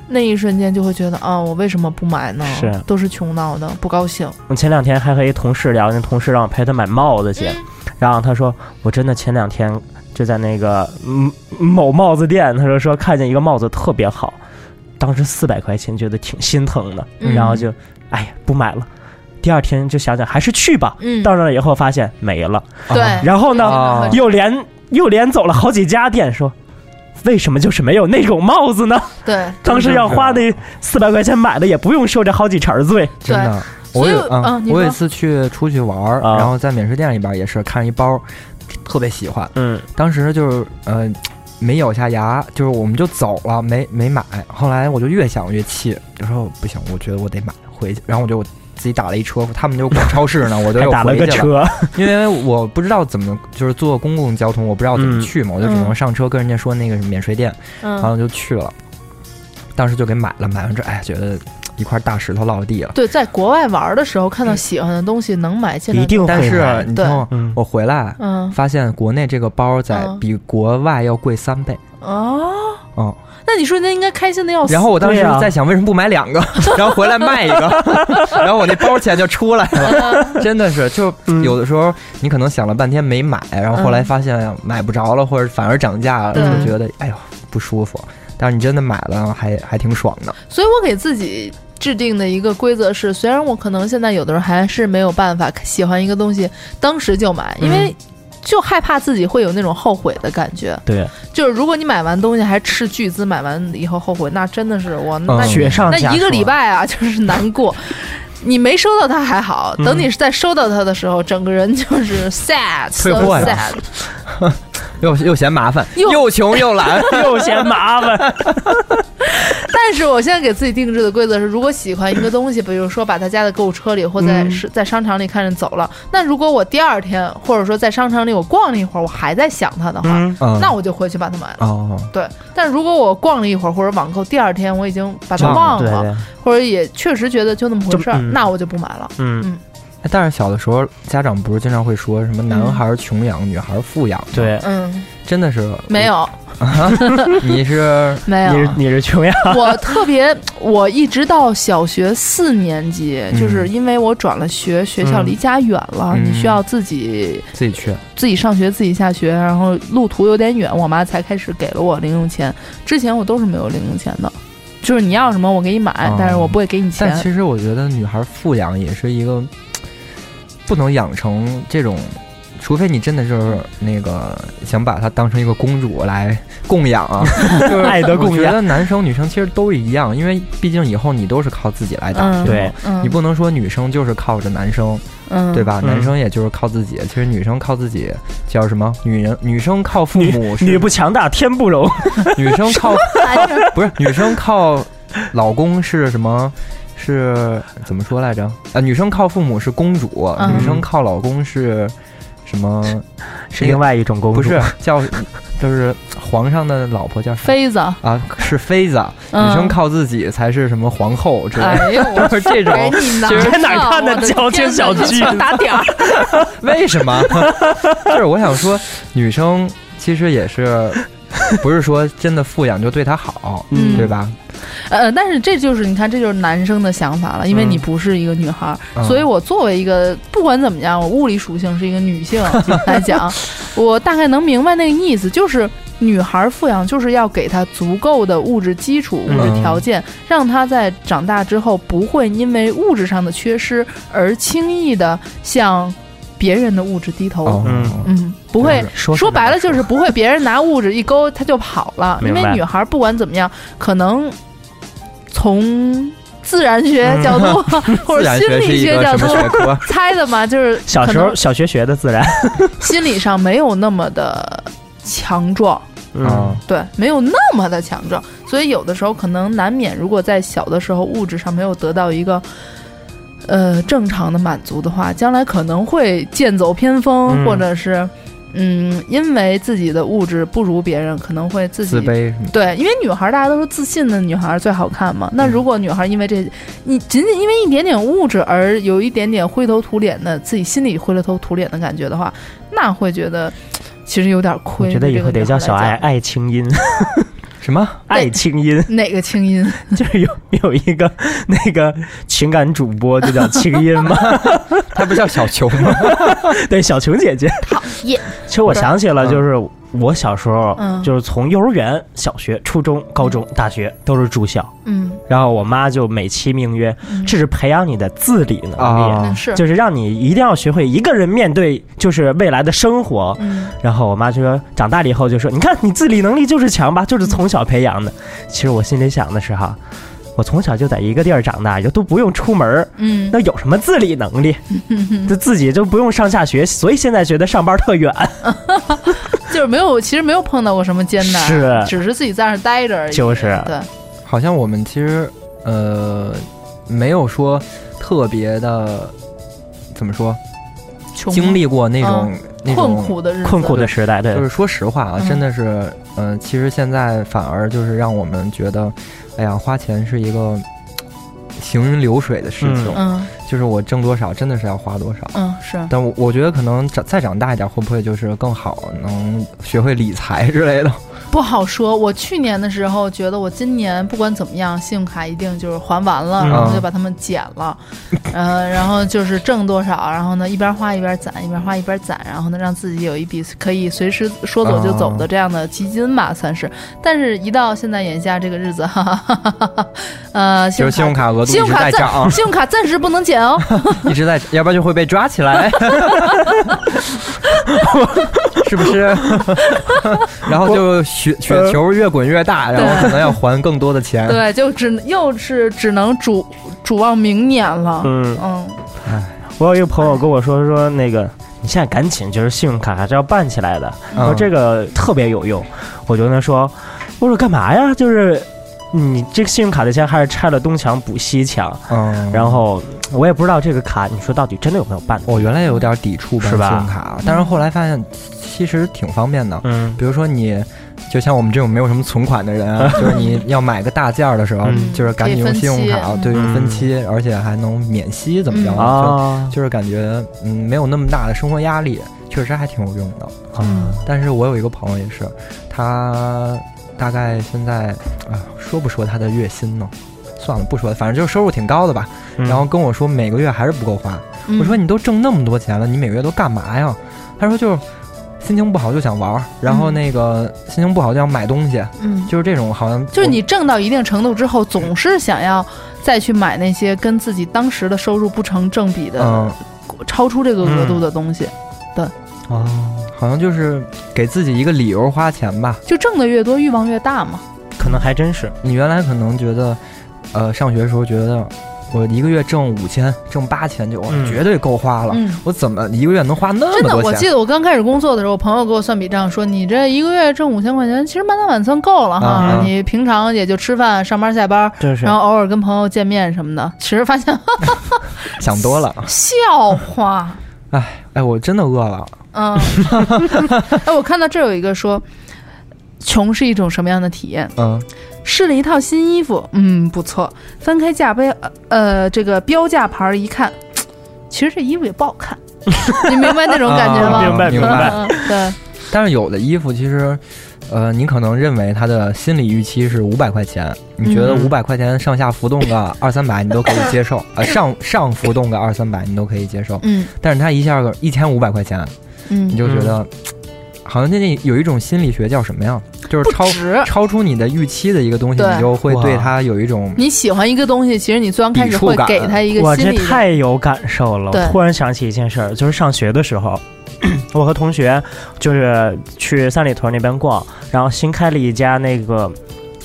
S13: 那一瞬间就会觉得啊，我为什么不买呢？
S14: 是
S13: 都是穷闹的，不高兴。
S14: 我前两天还和一同事聊，那同事让我陪他买帽子去，
S13: 嗯
S14: 然后他说我真的前两天就在那个嗯某帽子店，他说说看见一个帽子特别好，当时四百块钱觉得挺心疼的，
S13: 嗯
S14: 然后就哎呀不买了。第二天就想想还是去吧，
S13: 嗯
S14: 到那儿以后发现没了，
S13: 对
S14: 然后
S13: 啊
S14: 呢又连又连走了好几家店说。为什么就是没有那种帽子呢？
S13: 对，
S14: 当时要花那四百块钱买的，也不用受这好几茬儿罪。
S12: 真的，
S14: 对
S12: 我有
S14: 所以
S12: 啊
S14: 嗯你，说
S12: 我有一次去出去玩儿，
S14: 啊
S12: 然后在免税店里边也是看一包，特别喜欢。
S14: 嗯，
S12: 当时就是呃没咬下牙，就是我们就走了，没没买。后来我就越想越气，就说不行，我觉得我得买回去。然后我就我自己打了一车，他们就逛超市哎呢，我就
S14: 还
S12: 又
S14: 打了
S12: 回
S14: 个
S12: 去
S14: 车，
S12: 因为我不知道怎么就是坐公共交通，我不知道怎么去嘛，我就只能上车跟人家说那个是免税店，
S13: 嗯
S12: 然后就去了。当时就给买了，买完之后，哎，觉得一块大石头落地了。
S13: 对，在国外玩的时候看到
S14: 嗯
S13: 喜欢的东西能买，尽量就买
S12: 但是你
S13: 对
S12: 听我，我回来，
S13: 嗯
S12: 发现国内这个包在
S13: 嗯
S12: 比国外要贵三倍，
S13: 哦，
S12: 嗯。
S13: 那你瞬间应该开心的要死。
S12: 然后我当时
S13: 啊
S12: 在想，为什么不买
S13: [LAUGHS]
S12: 两个，然后回来卖一个，然后我那包钱就出来
S13: 嗯
S12: 了。真的是，就有的时候你可能想了半天没买，然后后来发现买不着了，或者反而涨价了，
S13: 对
S12: 就觉得哎呦不舒服。但是你真的买了，还还挺爽的。
S13: 所以我给自己制定的一个规则是，虽然我可能现在有的时候还是没有办法喜欢一个东西，当时就买，因为就害怕自己会有那种后悔的感觉。
S14: 对，
S13: 就是如果你买完东西还斥巨资买完以后后悔，那真的是我
S12: 嗯
S13: 那、
S14: 雪上加
S13: 那一个
S14: 霜
S13: 礼拜啊， [LAUGHS] 就是难过。你没收到它还好，
S14: 嗯，
S13: 等你再收到它的时候，整个人就是 sad，
S12: [LAUGHS] 退货
S13: so
S12: 呀
S13: sad。
S12: [LAUGHS] 又又嫌麻烦，
S13: 又
S12: 又穷
S13: [LAUGHS]
S12: 又懒
S14: 又嫌麻
S12: [LAUGHS]
S14: 烦。
S13: 但是我现在给自己定制的规则是，如果喜欢一个东西，比如说把它加在购物车里，或在
S14: 嗯
S13: 是在商场里看着走了，那如果我第二天或者说在商场里我逛了一会儿，我还在想它的话，
S12: 嗯嗯
S13: 那我就回去把它买了。
S12: 哦，
S13: 对，但如果我逛了一会儿或者网购，第二天我已经把它忘
S12: 忘
S13: 了，
S12: 了对对
S13: 或者也确实觉得就那么回事儿，
S12: 就嗯
S13: 那我就不买了。
S14: 嗯
S12: 哎但是小的时候，家长不是经常会说什么男孩穷养，女孩富养吗？
S14: 对
S13: 嗯，
S12: 真的是
S13: 没有，
S12: 啊，你是
S13: 没有你是
S14: 你是穷呀
S13: [LAUGHS] 我特别，我一直到小学四年级，
S14: 嗯
S13: 就是因为我转了学，学校
S12: 嗯
S13: 离家远了，
S12: 嗯
S13: 你需要自己
S12: 自己去，
S13: 自己上学自己下学，然后路途有点远，我妈才开始给了我零用钱。之前我都是没有零用钱的，就是你要什么我给你买，
S12: 啊
S13: 哎但是我不会给你钱
S12: 但。其实我觉得女孩富养也是一个不能养成这种，除非你真的就是那个想把她当成一个公主来供养
S14: [LAUGHS]
S12: 啊，就是
S14: 爱的供养
S12: 我觉得男生女生其实都一样，因为毕竟以后你都是靠自己来打拼
S14: 嗯
S12: 的，
S14: 对嗯
S12: 你不能说女生就是靠着男生。
S13: 嗯
S12: 对吧？
S14: 嗯
S12: 男生也就是靠自己，其实女生靠自己叫什么？女人女生靠父母是，
S14: 女不强大天不容，
S12: [LAUGHS]
S14: [LAUGHS]
S12: 女生靠 [LAUGHS] 不是女生靠老公是什么？是怎么说来着？啊，女生靠父母是公主，
S14: 嗯
S12: 女生靠老公是什么？
S14: 是另外一种公主
S12: 不是叫就是皇上的老婆叫什么
S13: 妃子
S12: 啊？是妃子，
S13: 嗯
S12: 女生靠自己才是什么皇后之类
S13: 哎 [LAUGHS] 呦
S12: 的，
S13: 我
S12: 就是这种
S13: 给你。拿
S12: 其实
S13: 这哪看的我的矫情天小哪剧这叫打点儿
S12: 为什么？就是我想说，女生其实
S13: [LAUGHS]
S12: 也是，不是说真的富养就对她好，
S13: 嗯
S12: 对吧？
S13: 呃，但是这就是你看，这就是 [LAUGHS] 男生的想法了，因为
S12: 嗯
S13: 你不是一个女孩儿，
S12: 嗯
S13: 所以我作为一个不管怎么样，我物理属性是一个女
S12: [LAUGHS]
S13: 性来讲，我大概能明白那个意思，就是女孩儿富养就是要给她足够的物质基础、物质
S12: 嗯
S13: 条件，让她在长大之后不会因为物质上的缺失而轻易的向别人的物质低头。
S12: 哦
S13: 嗯，不会
S14: 说
S13: 说白了就是不会，别人拿物质一勾他就跑了，啊因
S14: 明
S13: 为
S14: 白
S13: 女孩不管怎么样，可能从。自然
S12: 嗯
S13: 学角
S12: [LAUGHS]
S13: 度、或者
S14: 自然
S13: 心
S14: 学是
S13: 理
S14: 一个
S13: 角
S14: 什
S13: 度
S14: 么学科
S13: 猜的嘛，就是
S14: 小
S13: 可
S14: 时
S13: 能
S14: 候小学学的自然，
S13: [LAUGHS] 心理上没有那么的强壮，
S14: 嗯，
S13: 对，没有那么的强壮，所以有的时候可能难免，如果在小的时候物质上没有得到一个呃正常的满足的话，将来可能会剑走偏锋，
S12: 嗯
S13: 或者是嗯，因为自己的物质不如别人，可能会自己
S12: 自卑什么
S13: 对，因为女孩儿大家都说自信的女孩儿最好看嘛。
S12: 嗯
S13: 那如果女孩儿因为这，你仅仅因为一点点物质而有一点点灰头土脸的，自己心里灰头土脸的感觉的话，那会觉得其实有点
S14: 我
S13: 亏。
S14: 觉得
S13: 对
S14: 以
S13: 这个
S14: 后得
S13: 女孩
S14: 叫
S13: 儿
S14: 小
S13: 来
S14: 爱
S13: 讲
S14: 爱
S13: [LAUGHS]
S14: 清音，
S12: 什么
S14: 爱清音？ [LAUGHS]
S13: 哪个清音？
S14: 就是有有一个那个情感主播就叫清音
S13: [LAUGHS]
S14: 嘛，
S12: 她不叫小琼吗？
S14: 对，小琼姐姐。
S13: 耶，
S14: 其实我想起了，就是我小时候
S13: 嗯，
S14: 就是从幼儿园、小学、初中、高中、大学都是住校。
S13: 嗯，
S14: 然后我妈就美其名曰，这是培养你的自理
S12: 啊 [LAUGHS]
S14: 能力，
S12: 嗯是
S14: 就是让你一定要学会一个人面对，就是未来的生活。
S13: 嗯
S14: 然后我妈就说，长大了以后就说，你看你自理能力就是强吧，就是从小培养的。其实我心里想的是哈。我从小就在一个地儿长大，就都不用出门儿
S13: 嗯
S14: 那有什么自理能力？就自己就不用上下学，所以现在觉得上班特远。
S13: 就是没有，其实没有碰到过什么艰难，
S14: 是
S13: 只是自己在那儿待着而已。
S14: 就是
S13: 对，
S12: 好像我们其实呃没有说特别的怎么说，
S13: 穷
S12: 经历过那种、
S13: 嗯
S12: 那种
S13: 困苦的日子
S14: 困苦的时代对
S12: 就是说实话啊，
S13: 嗯
S12: 真的是，嗯、呃，其实现在反而就是让我们觉得，哎呀，花钱是一个。行云流水的事情，
S13: 嗯嗯
S12: 就是我挣多少，真的是要花多少。
S13: 嗯是
S12: 但我我觉得可能长再长大一点，会不会就是更好，能学会理财之类的？
S13: 不好哦说。我去年的时候觉得我今年不管怎么样，信用卡一定就是还完了，
S12: 嗯
S13: 然后就把它们减了，呃，然后就是挣多少，然后呢一边花一边攒，一边花一边攒，然后呢让自己有一笔可以随时说走就走的这样的基金吧，算是。但是，一到现在眼下这个日子，哈哈哈哈哈哈，呃，
S12: 就是信用卡额度
S13: 信用卡
S12: 一直在
S13: 暂
S12: 涨
S13: 信用卡暂时不能减哦。
S12: 一直在，要不然就会被抓起来， [LAUGHS] 是不是？ [LAUGHS] 然后就雪雪球越滚越大，然后可能要还更多的钱。
S13: 呃对，就只又是只能主主望明年了。
S14: 嗯
S13: 嗯，
S14: 我有一个朋友跟我说说那个，你现在赶紧，就是信用卡还是要办起来的。
S12: 嗯
S14: 我说这个特别有用，我就跟他说，我说干嘛呀？就是你这个信用卡的钱还是拆了东墙补西墙。
S12: 嗯，
S14: 然后我也不知道这个卡，你说到底真的有没有办？
S12: 我原来有点抵触办
S14: 是吧
S12: 信用卡，啊但是后来发现其实挺方便的。
S14: 嗯，
S12: 比如说你，就像我们这种没有什么存款的人
S14: [LAUGHS]
S12: 啊，就是你要买个大件儿的时候，就是赶紧用信用卡，啊
S14: 可以分期
S12: 对，用分
S14: 嗯
S12: 期，而且还能免息，怎么着？
S14: 嗯啊
S12: 就就是感觉嗯，没有那么大的生活压力，确实还挺有用的。
S14: 嗯，
S12: 但是我有一个朋友也是，他大概现在啊，说不说他的月薪呢？算了，不说了，反正就是收入挺高的吧。然
S14: 嗯
S12: 后跟我说每个月还是不够花。
S13: 嗯
S12: 我说你都挣那么多钱了，你每个月都干嘛呀？他说就是心情不好就想玩儿，然后那个心情不好就想买东西，
S13: 嗯
S12: 就是这种好像
S13: 就是你挣到一定程度之后，总是想要再去买那些跟自己当时的收入不成正比的、
S12: 嗯
S13: 超出这个额度的东西。对，
S12: 哦，好像就是给自己一个理由花钱吧。
S13: 就挣的越多，欲望越大嘛。
S14: 可能还真是。
S12: 你原来可能觉得，呃，上学的时候觉得我一个月挣五千，挣八千就我
S13: 嗯
S12: 绝对够花了。
S13: 嗯
S12: 我怎么一个月能花那么
S13: 真的，
S12: 多钱？
S13: 我记得我刚开始工作的时候，我朋友给我算笔账，说你这一个月挣五千块钱，其实满打满算够了哈。
S12: 啊
S13: 你平常也就吃饭、上班、下班，
S12: 就是
S13: 然后偶尔跟朋友见面什么的。其实发现 [LAUGHS]
S12: 想多了。
S13: 笑话，
S12: 哎哎，我真的饿了。
S13: [LAUGHS] 嗯，哎，我看到这有一个说，穷是一种什么样的体验？
S12: 嗯，
S13: 试了一套新衣服，嗯，不错。翻开价标，呃，这个标价牌儿一看，其实这衣服也不好 [LAUGHS] 看，你明白 [LAUGHS] 那种感觉吗？
S12: 啊明白明白
S13: 嗯嗯对。
S12: 但是有的衣服其实，呃，你可能认为它的心理预期是五百块钱，你觉得
S14: 嗯
S12: 五百块钱上下浮动个
S13: [LAUGHS]
S12: 二三百你都可以接受，呃，上上浮动个二三百你都可以接受。
S13: 嗯，
S12: 但是它一下个一千五百块钱，
S13: 嗯
S12: 你就觉得。好像那那有一种心理学叫什么呀？就是超超出你的预期的一个东西，
S13: 对
S12: 你就会对
S14: 哇
S12: 它有一种
S13: 你喜欢一个东西，其实你最刚开始会给他一
S14: 我
S13: 个心
S14: 这
S13: 理的，
S14: 太有感受了！
S13: 对
S14: 我突然想起一件事儿，就是上学的时候， [CLEARS THROAT] 我和同学就是去三里屯那边逛，然后新开了一家那个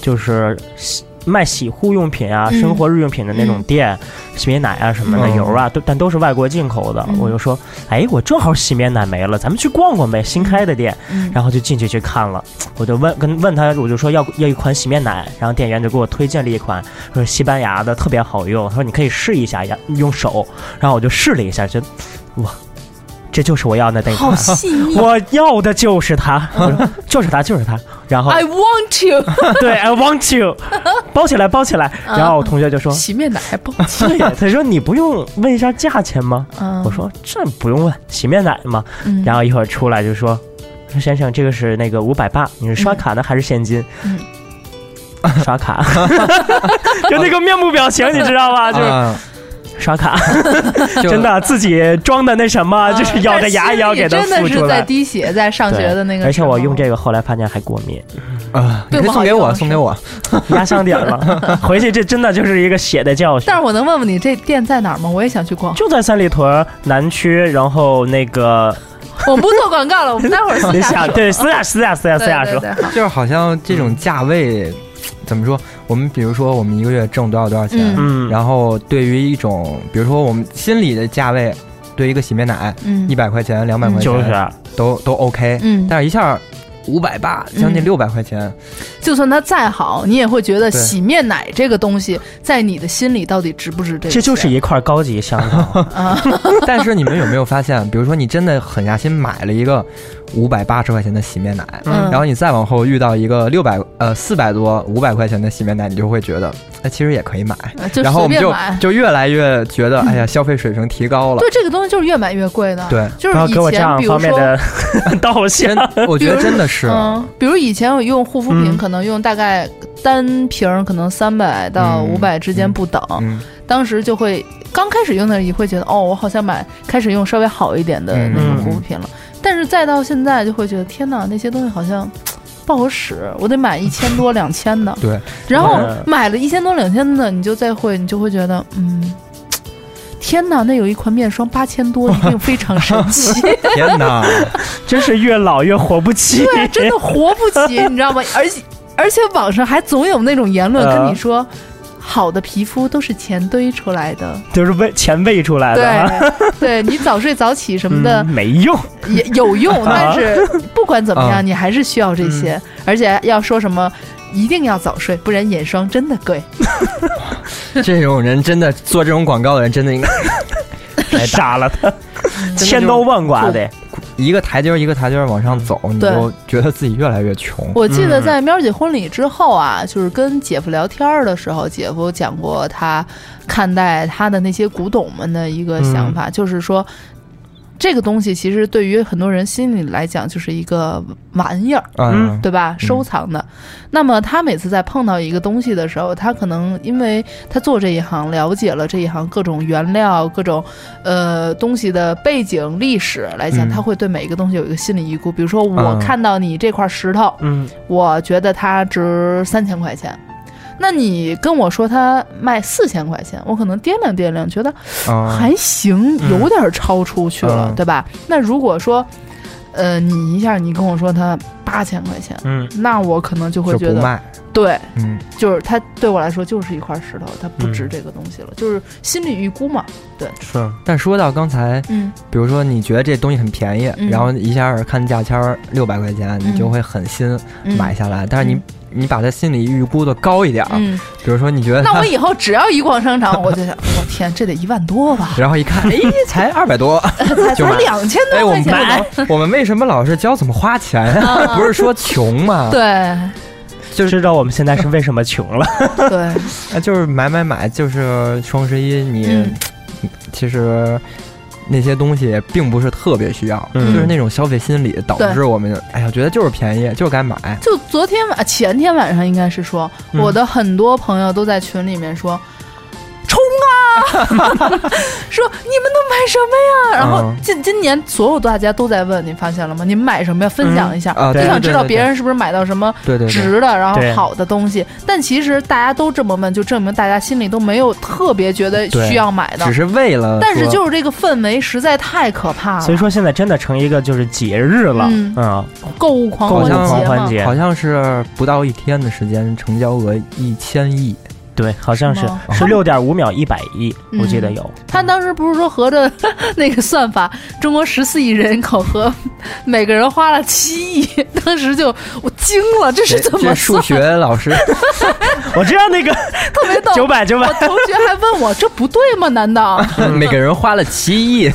S14: 就是洗卖洗护用品啊、
S12: 嗯
S14: 生活日用品的那
S13: 嗯
S14: 种店，洗面奶啊什么的、
S12: 嗯
S14: 油啊，都但都是外国进口
S13: 嗯
S14: 的。我就说，哎，我正好洗面奶没了，咱们去逛逛呗，
S13: 嗯
S14: 新开的店。然后就进去去看了，我就问跟问他，我就说要要一款洗面奶，然后店员就给我推荐了一款，说西班牙的特别好用，他说你可以试一下呀，用手，然后我就试了一下，觉得哇。这就是我要的那
S13: 好
S14: 款
S13: 细腻，
S14: 我要的就是它，我说就是它，就是它。
S13: [LAUGHS]
S14: 然后
S13: I want you，
S14: [LAUGHS] 对，I want
S13: [LAUGHS]
S14: you，包起来，包起来。然后我同学就说：“
S13: 啊洗面奶还
S14: [LAUGHS]
S13: 不
S14: 对，他说你不用问一下价钱吗？
S13: 嗯
S14: 我说这不用问，洗面奶嘛。
S13: 嗯
S14: 然后一会儿出来就说，说先生，这个是那个五百八，你是刷卡呢还是现金？
S13: 嗯 [LAUGHS]
S14: 刷卡，就那个面部表情，你知道吧？就是。
S12: 啊
S14: 刷卡，
S12: [LAUGHS] 就
S14: 真的自己装的那什么，就是咬着牙也要给它
S13: 啊但是
S14: 付
S13: 你真的
S14: 出
S13: 是在
S14: 来。
S13: 滴血，在上学的那
S14: 对
S13: 个
S14: 而
S13: 时
S14: 且
S13: 候，
S14: 我用这个后来发现还过敏，
S12: 啊
S13: 对你可以不好送给我用送
S12: 给我，
S14: 压箱底儿了。回去这真的就是一个血的教训。
S13: 但是我能问问你，这店在哪儿吗？我也想去逛。
S14: 就在三里屯南区，然后那个
S13: 我不做广告了，我们待会儿私
S14: 你
S13: 下
S14: 想
S13: 说。
S14: 对私下私下私下私下
S13: 对
S14: 说
S13: 对，对好
S12: 就是好像这种价位，怎么说？我们比如说，我们一个月挣多少多少钱，
S14: 嗯
S12: 然后对于一种，比如说我们心里的价位，对一个洗面奶，
S13: 嗯
S12: 一百块钱、两百块钱，
S14: 就是啊
S12: 都都 OK，
S13: 嗯
S12: 但是一下五百八，将近
S13: 嗯
S12: 六百
S13: [LAUGHS]
S12: 块钱，
S13: 就算它再好，你也会觉得
S12: 对
S13: 洗面奶这个东西在你的心里到底值不值这个钱？
S14: 这就是一块高级香港。
S12: 但是你们有没有发现，比如说你真的狠下心买了一个五百八十块钱的洗面奶，
S14: 嗯
S12: 然后你再往后遇到一个六百呃四百多五百块钱的洗面奶，你就会觉得，哎，其实也可以买
S13: 呃。就
S12: 然后我们
S13: 随
S12: 就
S13: 便买嗯
S12: 就越来越觉得，哎呀，消费水平提高了。
S13: 对这个东西就是越买越贵的。
S12: 对
S13: [LAUGHS] 就是
S14: 不要
S13: 以
S14: 给我这
S13: 前
S14: 样
S13: 比如
S14: 方面
S13: 说
S14: 的 [LAUGHS] 道歉。
S12: 我觉得真的是，
S13: 嗯，比如以前我用护肤品，
S14: 嗯
S13: 可能用大概单瓶儿可能三百到五百之间不等，
S12: 嗯
S13: 当时就会刚开始用的时候也会觉得，哦，我好像买开始用稍微好一点的那种
S12: 嗯
S13: 护肤品了，但是再到现在就会觉得，天哪，那些东西好像。不好使，我得买一千多、两千的。
S12: 对，
S13: 然后
S12: 嗯
S13: 买了一千多、两千的，你就再会，你就会觉得，嗯，天哪，那有一款面霜八千多，一定非常神奇。
S12: 天哪！
S14: 真是越老越活不起。
S13: 对，真的活不
S14: [LAUGHS]
S13: 起，你知道吗？而且而且网上还总有那种言论跟
S14: 嗯
S13: 你说，好的皮肤都是钱堆出来的，
S14: 就是喂钱喂出来的啊。
S13: 对， [LAUGHS] 对你早睡早起什么的
S14: 嗯，没
S13: [LAUGHS]
S14: 用。
S13: 也有用，
S14: 啊
S13: 但是不管怎么
S14: 啊
S12: 嗯
S13: 样，你还是需要这些，而且要说什么。一定要早睡，不然眼霜真的贵。
S12: 嗯这种人真的做这种广告的人，真的应该
S13: 哎
S12: 来
S14: 杀了他，千刀万剐得。
S12: 一个台阶儿一个台阶儿往上走，你
S13: 对
S12: 就觉得自己越来越穷。嗯
S13: 我记
S14: 嗯
S13: 得在喵姐婚礼之后啊，就是跟姐夫聊天儿的时候，姐夫讲过他看待他的那些古董们的一个想法，就是说。这个东西其实对于很多人心里来讲就是一个玩意儿，
S12: 嗯
S13: 对吧？收藏的。那么他每次在碰到一个东西的时候，他可能因为他做这一行，了解了这一行各种原料、各种呃东西的背景、历史来讲，
S14: 嗯
S13: 他会对每一个东西有一个心理预估。比如说，我
S14: 嗯
S13: 看到你这块石头，
S14: 嗯
S13: 我觉得它值三千块钱。那你跟我说它卖四千块钱，我可能掂量掂量，觉得
S12: 啊
S13: 还行，
S12: 嗯
S13: 有点超出去了，
S12: 嗯
S13: 对吧？那如果说，呃，你一下你跟我说它八千块钱，
S12: 嗯
S13: 那我可能就会
S12: 就
S13: 觉
S12: 不
S13: 得
S12: 卖，
S13: 对，
S12: 嗯，
S13: 就是它对我来说就是一块石头，它不值
S12: 嗯
S13: 这个东西了，就是心理预估嘛，对，
S12: 是。但说到刚才，
S13: 嗯，
S12: 比如说你觉得这东西很便宜，
S13: 嗯
S12: 然后一下儿看价签儿六百块钱，
S13: 嗯
S12: 你就会狠心
S13: 嗯
S12: 买下来。但是你、你把它心理预估的高一点儿，
S13: 嗯
S12: 比如说你觉得
S13: 那
S12: 它
S13: 我以后只要一逛商场，我就想，我天，这得一万多吧？
S12: 然后一看，哎，才二百多，
S13: [LAUGHS] 才
S12: 就买
S13: 2000多
S12: 哎，我
S13: 块
S12: 们
S13: 钱买
S12: 不懂我们为什么老是教怎么花钱呀？
S13: 啊
S12: 不是说穷吗？，
S13: 对
S12: 就是
S14: 知道我们现在是为什么穷了。
S13: 对，
S12: 啊，就是买买买，就是双十一你，
S13: 嗯
S12: 其实那些东西并不是特别需要，
S14: 嗯
S12: 就是那种消费心理导
S13: 对
S12: 致我们，哎呀，觉得就是便宜，就该买。
S13: 就昨天晚前天晚上应该是说，
S12: 嗯
S13: 我的很多朋友都在群里面说。冲啊！说你们都买什么呀？然后
S12: 嗯
S13: 今今年所有大家都在问，你发现了吗？你们买什么呀？分享一下，
S12: 嗯啊
S13: 就
S12: 对
S13: 想知道
S12: 对对
S13: 别人是不是买到什么
S12: 对对对
S13: 值的，
S14: 嗯
S13: 然后
S12: 对
S13: 好的东西。但其实大家都这么问，就证明大家心里都没有特别觉得
S14: 对
S13: 需要买的，
S14: 只是为了
S13: 但是
S14: 说
S13: 就是这个氛围实在太可怕了，
S14: 所以说现在真的成一个就是节日了，
S13: 啊嗯
S14: 嗯，
S13: 购物狂
S14: 购物
S13: 欢节
S14: 狂
S13: 嘛
S14: 欢节
S12: 好像是不到一天的时间，成交额一千亿。
S14: 对，好像
S13: 是吗
S14: 是是六点五秒一百亿，
S13: 嗯
S14: 我记得有。
S13: 他当时不是说合着 [LAUGHS] 那个算法，中国十四亿人口和每个人花了七亿， [LAUGHS] 当时就我惊了，这是
S12: 这
S13: 怎么算
S12: 这数学老师，
S14: 我知道那个
S13: [LAUGHS] 特别逗。
S14: 900 900
S13: 我同学还问我这不对吗？难道？
S12: [LAUGHS] 每个人花了七亿， [LAUGHS]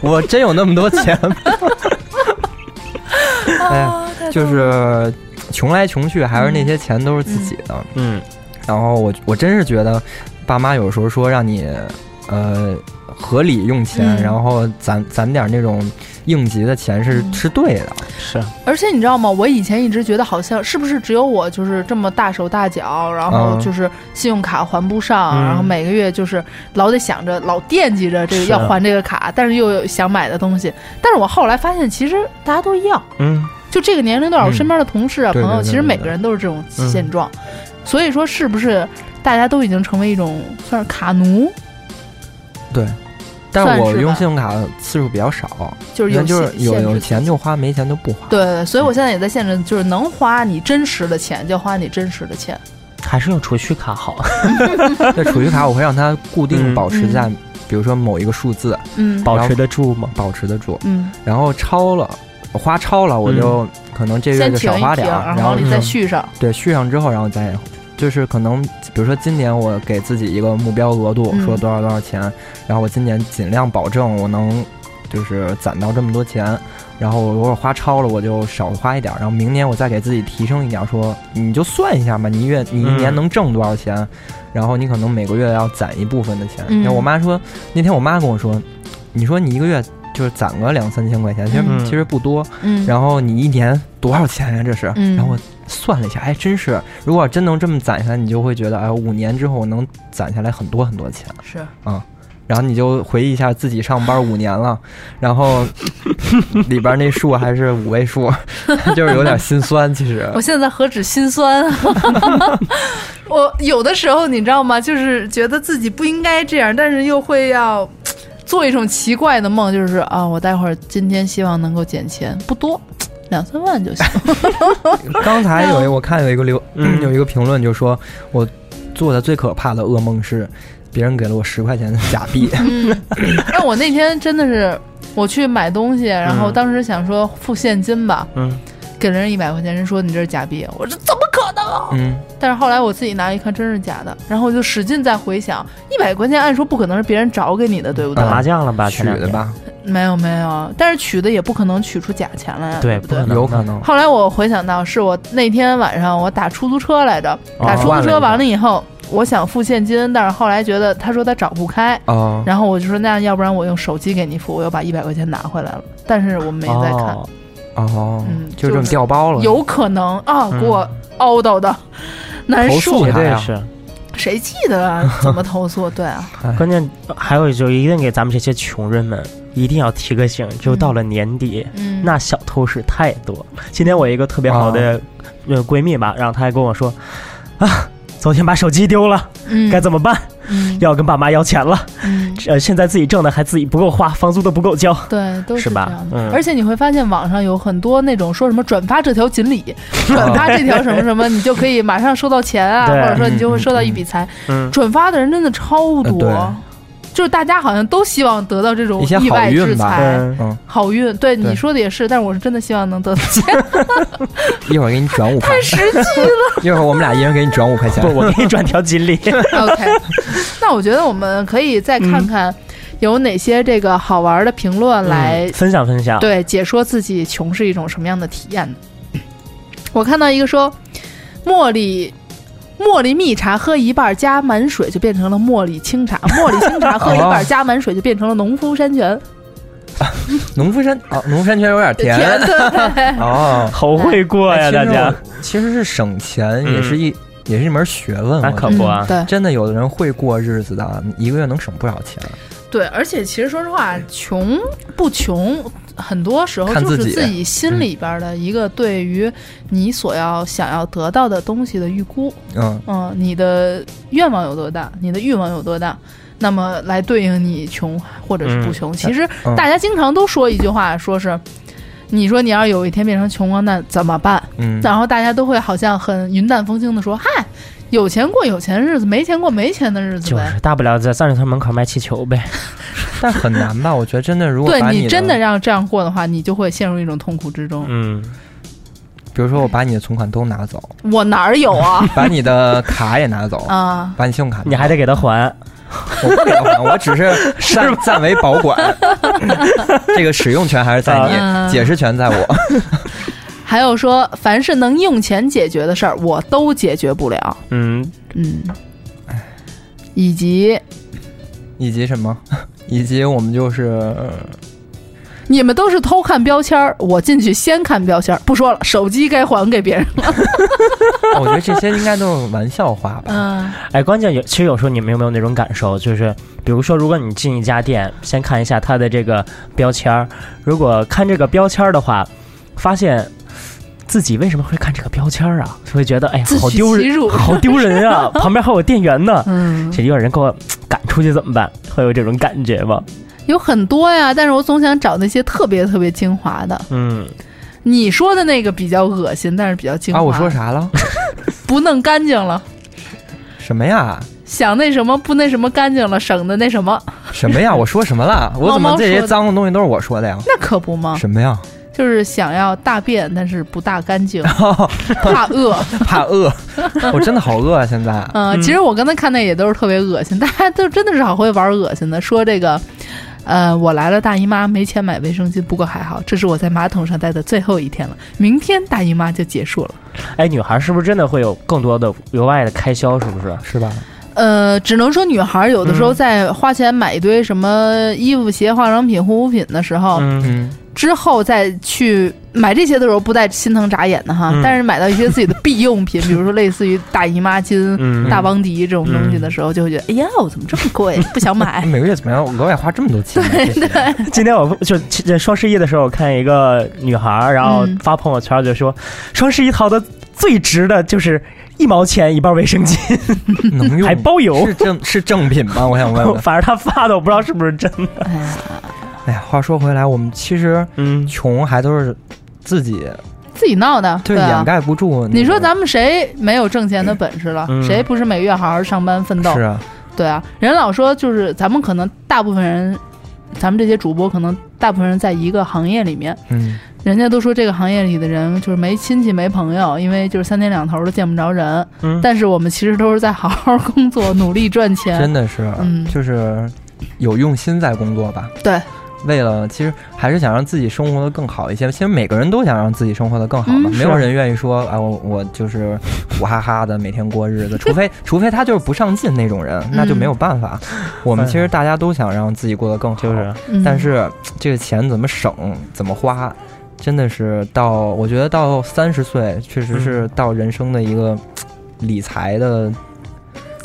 S12: 我真有那么多钱吗？哎呀，就是穷来穷去，还是那些钱都是自己的。
S14: [LAUGHS] 嗯，
S12: 然后我我真是觉得，爸妈有时候说让你呃合理用钱，
S13: 嗯
S12: 然后攒攒点那种应急的钱是、是对的。
S14: 是，
S13: 而且你知道吗？我以前一直觉得好像是不是只有我就是这么大手大脚，然后
S12: 嗯
S13: 就是信用卡还不上，
S12: 嗯
S13: 然后每个月就是老得想着老惦记着这个
S14: 是
S13: 要还这个卡，但是又有想买的东西。但是我后来发现，其实大家都一样。
S14: 嗯，
S13: 就这个年龄段，我身边的同事啊、
S14: 嗯对
S13: 朋友，
S14: 对对
S13: 其实
S14: 对
S13: 每
S14: 对
S13: 个人都是这种
S12: 嗯
S13: 现状。所以说，是不是大家都已经成为一种算是卡奴？
S12: 对，但
S13: 算
S12: 我
S13: 是吧
S12: 用信用卡次数比较少，
S13: 就是有
S12: 那就是
S13: 限
S12: 有
S13: 限制
S12: 有
S13: 自
S12: 钱就花，没钱就不花。
S13: 对对对，所以我现在也在限制，就是能花你真实的钱就花你真实的钱。
S14: 还是用储蓄卡
S12: [LAUGHS]
S14: 好。
S12: 那储蓄卡我会让它固定
S14: 嗯
S12: 保持在，比如说某一个数字，
S13: 嗯
S14: 保持
S12: 得住吗？保持得住，
S13: 嗯，
S12: 然后超了，我花超了，
S14: 嗯
S12: 我就可能这月
S13: 先
S12: 就
S13: 停
S12: 少
S13: 一
S12: 花
S13: 停，
S12: 点儿，嗯
S13: 然后你再续上。
S12: 对，续上之后，然后再就是可能，比如说今年我给自己一个目标额度，
S13: 嗯
S12: 说多少多少钱，然后我今年尽量保证我能就是攒到这么多钱，然后我如果花超了，我就少花一点儿，然后明年我再给自己提升一点儿，说你就算一下吧，你一月你一年
S14: 嗯
S12: 能挣多少钱，然后你可能每个月要攒一部分的钱。
S14: 嗯
S12: 然后我妈说，那天我妈跟我说，你说你一个月。就是攒个两三千块钱，其实、
S14: 嗯
S12: 其实不多。
S14: 嗯
S12: 然后你一年多少钱呀、这是，
S14: 嗯
S12: 然后我算了一下，哎，真是，如果真能这么攒下来，你就会觉得，哎，五年之后我能攒下来很多很多钱，
S13: 是
S12: 啊。然后你就回忆一下自己上班五年了，然后里边那数还是五位数， [LAUGHS] 就是有点心酸。其实
S13: 我现在何止心 [LAUGHS] 酸，我有的时候你知道吗？就是觉得自己不应该这样，但是又会要做一种奇怪的梦，就是啊，我待会儿今天希望能够捡钱，不多，两三万就行。
S12: 刚才有一我看有一个留、有一个评论就说，我做的最可怕的噩梦是别人给了我十块钱的假币。
S13: 但我 [LAUGHS] 那天真的是我去买东西，然后
S12: 嗯
S13: 当时想说付现金吧，
S12: 嗯
S13: 给了人一百块钱，人说你这是假币，我说怎么可能？
S12: 嗯，
S13: 但是后来我自己拿一看，真是假的，然后我就使劲再回想，一百块钱按说不可能是别人找给你的，对不对？
S14: 打麻将了嗯吧？取
S12: 取的吧？
S13: 没有没有，但是取的也不可能取出假钱来啊，
S14: 对，
S13: 不
S14: 不可能，
S12: 有可能
S13: 后来我回想到，是我那天晚上我打出租车来着，
S14: 哦
S13: 打出租
S14: 换了一
S13: 车
S14: 个
S13: 完了以后，我想付现金，但是后来觉得他说他找不开，
S12: 哦
S13: 然后我就说那要不然我用手机给你付，我又把一百块钱拿回来了，但是我没再看，
S12: 哦，哦就
S13: 嗯就
S12: 这么
S13: 是
S12: 掉包了。
S13: 有可能啊，
S12: 嗯
S13: 给我凹到的，难
S14: 投
S13: 受
S14: 诉他呀。
S13: 谁记得 [LAUGHS] 啊？怎么投诉？对啊，
S14: 关键还有就一定给咱们这些穷人们一定要提个醒，就到了年底，
S13: 嗯
S14: 那小偷是太多。今天我一个特别好的呃闺蜜吧，然后她还跟我说啊，昨天把手机丢了，
S13: 嗯
S14: 该怎么办？要跟爸妈要钱了，呃，现在自己挣的还自己不够花，房租都不够交，
S13: 对，都
S14: 是
S13: 这
S14: 吧
S13: 样的。
S14: 嗯
S13: 而且你会发现网上有很多那种说什么转发这条
S12: [LAUGHS]
S13: 锦鲤，转发这条什么什么，你就可以马上收到钱啊，或
S14: 对
S13: 者说你就会收到一笔财。
S14: 嗯
S13: 转发的人真的超
S12: 呃
S13: 多，就是大家好像都希望得到这种
S12: 一些
S13: 意
S12: 好
S13: 外之
S12: 运吧，
S13: 财。
S12: 嗯，
S13: 好运，对
S12: 对
S13: 你说的也是，但是我是真的希望能得到钱，
S12: [LAUGHS] 一会儿给你转五块，
S13: 太实际了。
S12: [LAUGHS] 一会儿我们俩一人给你转五块钱，
S14: 不，我给你转条锦鲤。
S13: OK，那我觉得我们可以再看看有哪些这个好玩的评论 [LAUGHS] 来、
S14: 嗯分享分享。，
S13: 对解说自己穷是一种什么样的体验呢我看到一个说，茉莉。茉莉蜜茶喝一半加满水就变成了茉莉 [LAUGHS] 清茶，茉莉清茶喝一
S12: 哦
S13: 半加满水就变成了农夫山泉。
S12: 农夫山哦，农夫山泉有点甜，
S13: 甜对
S12: 哦，
S14: 好会过呀
S12: 哎
S14: 大家。嗯
S12: 其实我其实是省钱，也是一也是一门学问，
S14: 那
S12: 我
S14: 可
S12: 觉得
S14: 不啊
S13: 嗯对
S12: 真的有的人会过日子的，一个月能省不少钱。
S13: 对，而且其实说实话，穷不穷，很多时候
S12: 看
S13: 就
S12: 自
S13: 是
S12: 己嗯
S13: 自己心里边的一个对于你所要想要得到的东西的预估。
S12: 嗯，
S13: 嗯，你的愿望有多大，你的欲望有多大，那么来对应你穷或者是不穷。
S12: 嗯
S13: 其实
S12: 嗯
S13: 大家经常都说一句话，说是。你说你要有一天变成穷光蛋怎么办？
S12: 嗯
S13: 然后大家都会好像很云淡风轻的说：“嗨，有钱过有钱日子，没钱过没钱的日子
S14: 就
S13: 呗。
S14: 是大不了在三里屯门口卖气球呗。
S12: 但很难吧？我觉得真的，如果
S13: 对
S12: 把
S13: 真
S12: 的
S13: 的，让这样过的话，你就会陷入一种痛苦之中。
S14: 嗯，
S12: 比如说我把你的存款都拿走，
S13: 我哪儿有啊？
S12: [LAUGHS] 把你的卡也拿走，
S13: 啊，
S12: 把你信用卡拿走，
S14: 你还得给他还。
S12: 我不给他还，我只是暂暂为保管，这个使用权还是在
S13: 啊
S12: 你，解释权在我。
S13: 还有说，凡是能用钱解决的事儿，我都解决不了。
S14: 嗯，
S13: 嗯，以及
S12: 以及什么？以及我们就是
S13: 你们都是偷看标签儿，我进去先看标签儿。不说了，手机该还给别人了。
S12: 呃我觉得这些应该都是玩笑话吧。
S13: 嗯，
S14: 哎，关键有，其实有时候你们有没有那种感受，就是比如说，如果你进一家店，先看一下它的这个标签儿，如果看这个标签儿的话，发现。自己为什么会看这个标签儿啊？就会觉得哎呀
S13: 自，取
S14: 好丢
S13: 其辱
S14: 人，好丢
S13: [LAUGHS]
S14: 人啊！旁边还有店员呢，
S13: 嗯
S14: 这一有人给我赶出去怎么办？会有这种感觉吗？
S13: 有很多呀，但是我总想找那些特别特别精华的。
S14: 嗯，
S13: 你说的那个比较恶心，但是比较精华。
S12: 啊，我说啥了？
S13: [LAUGHS] 不弄干净了，
S12: 什么呀？
S13: 想那什么不那什么干净了，省的那什么，
S12: 什么呀？我说什么了？我怎么这
S13: 猫猫说
S12: 些
S13: 的
S12: 脏的东西都是我说的呀？
S13: 那可不吗？
S12: 什么呀？
S13: 就是想要大便，但是不大干净，
S12: [LAUGHS]
S13: 怕饿。
S12: 怕饿，我真的好饿啊！现在，
S13: 嗯、其实我刚才看那也都是特别恶心，大家都真的是好会玩恶心的。说这个，呃，我来了，大姨妈没钱买卫生巾，不过还好，这是我在马桶上待的最后一天了，明天大姨妈就结束了。
S14: 哎，女孩是不是真的会有更多的额外的开销？是不是？
S12: 是吧？
S13: 呃，只能说女孩儿有的时候在花钱买一堆什么衣服、鞋、化妆品、护肤品的时候，
S14: 嗯，
S12: 嗯，
S13: 之后再去买这些的时候不带心疼眨眼的哈，
S14: 嗯
S13: 但是买到一些自己的必用品，比如说类似于大姨妈巾、
S14: 嗯
S13: 大邦迪这种东西的时候，就会觉得，哎呀，我怎么这么贵，不想买。
S12: 每个月怎么样？额外花这么多钱呢？这
S14: [LAUGHS]
S12: 是
S14: 今天我就这双十一的时候，我看一个女孩儿，然
S13: 嗯
S14: 后发朋友圈就说，双十一淘的最值的就是一毛钱一包卫生巾，
S12: [LAUGHS] 能用
S14: 还包邮 [LAUGHS]
S12: 是。正是正品吗？我想问问。
S14: 反正她发的，我不知道是不是真的。
S13: 哎呀，
S12: 哎呀，话说回来，我们其实
S14: 嗯，
S12: 穷还都是自己
S13: 自己闹的，
S12: 对
S13: 啊
S12: 掩。盖不住那个。
S13: 你说咱们谁没有挣钱的本事了？
S14: 嗯
S13: 谁不是每月好好上班奋斗？
S12: 是啊，
S13: 对啊，人老说就是咱们可能大部分人，咱们这些主播可能大部分人在一个行业里面，
S12: 嗯，
S13: 人家都说这个行业里的人就是没亲戚没朋友，因为就是三天两头的见不着人。
S14: 嗯
S13: 但是我们其实都是在好好工作，努力赚钱。
S12: 真的是
S13: 嗯，
S12: 就是有用心在工作吧。
S13: 对，
S12: 为了其实还是想让自己生活的更好一些。其实每个人都想让自己生活的更好嘛，
S13: 嗯
S12: 没有人愿意说啊、我我就是苦哈哈的每天
S13: [LAUGHS]
S12: 过日子，除非除非他就是不上进那种人，那就没有办法。我们其实大家都想让自己过得更好，
S14: 就是
S13: 嗯
S12: 但是这个钱怎么省怎么花。真的是到，我觉得到三
S13: 嗯
S12: 十岁，确实是到人生的一个理财的，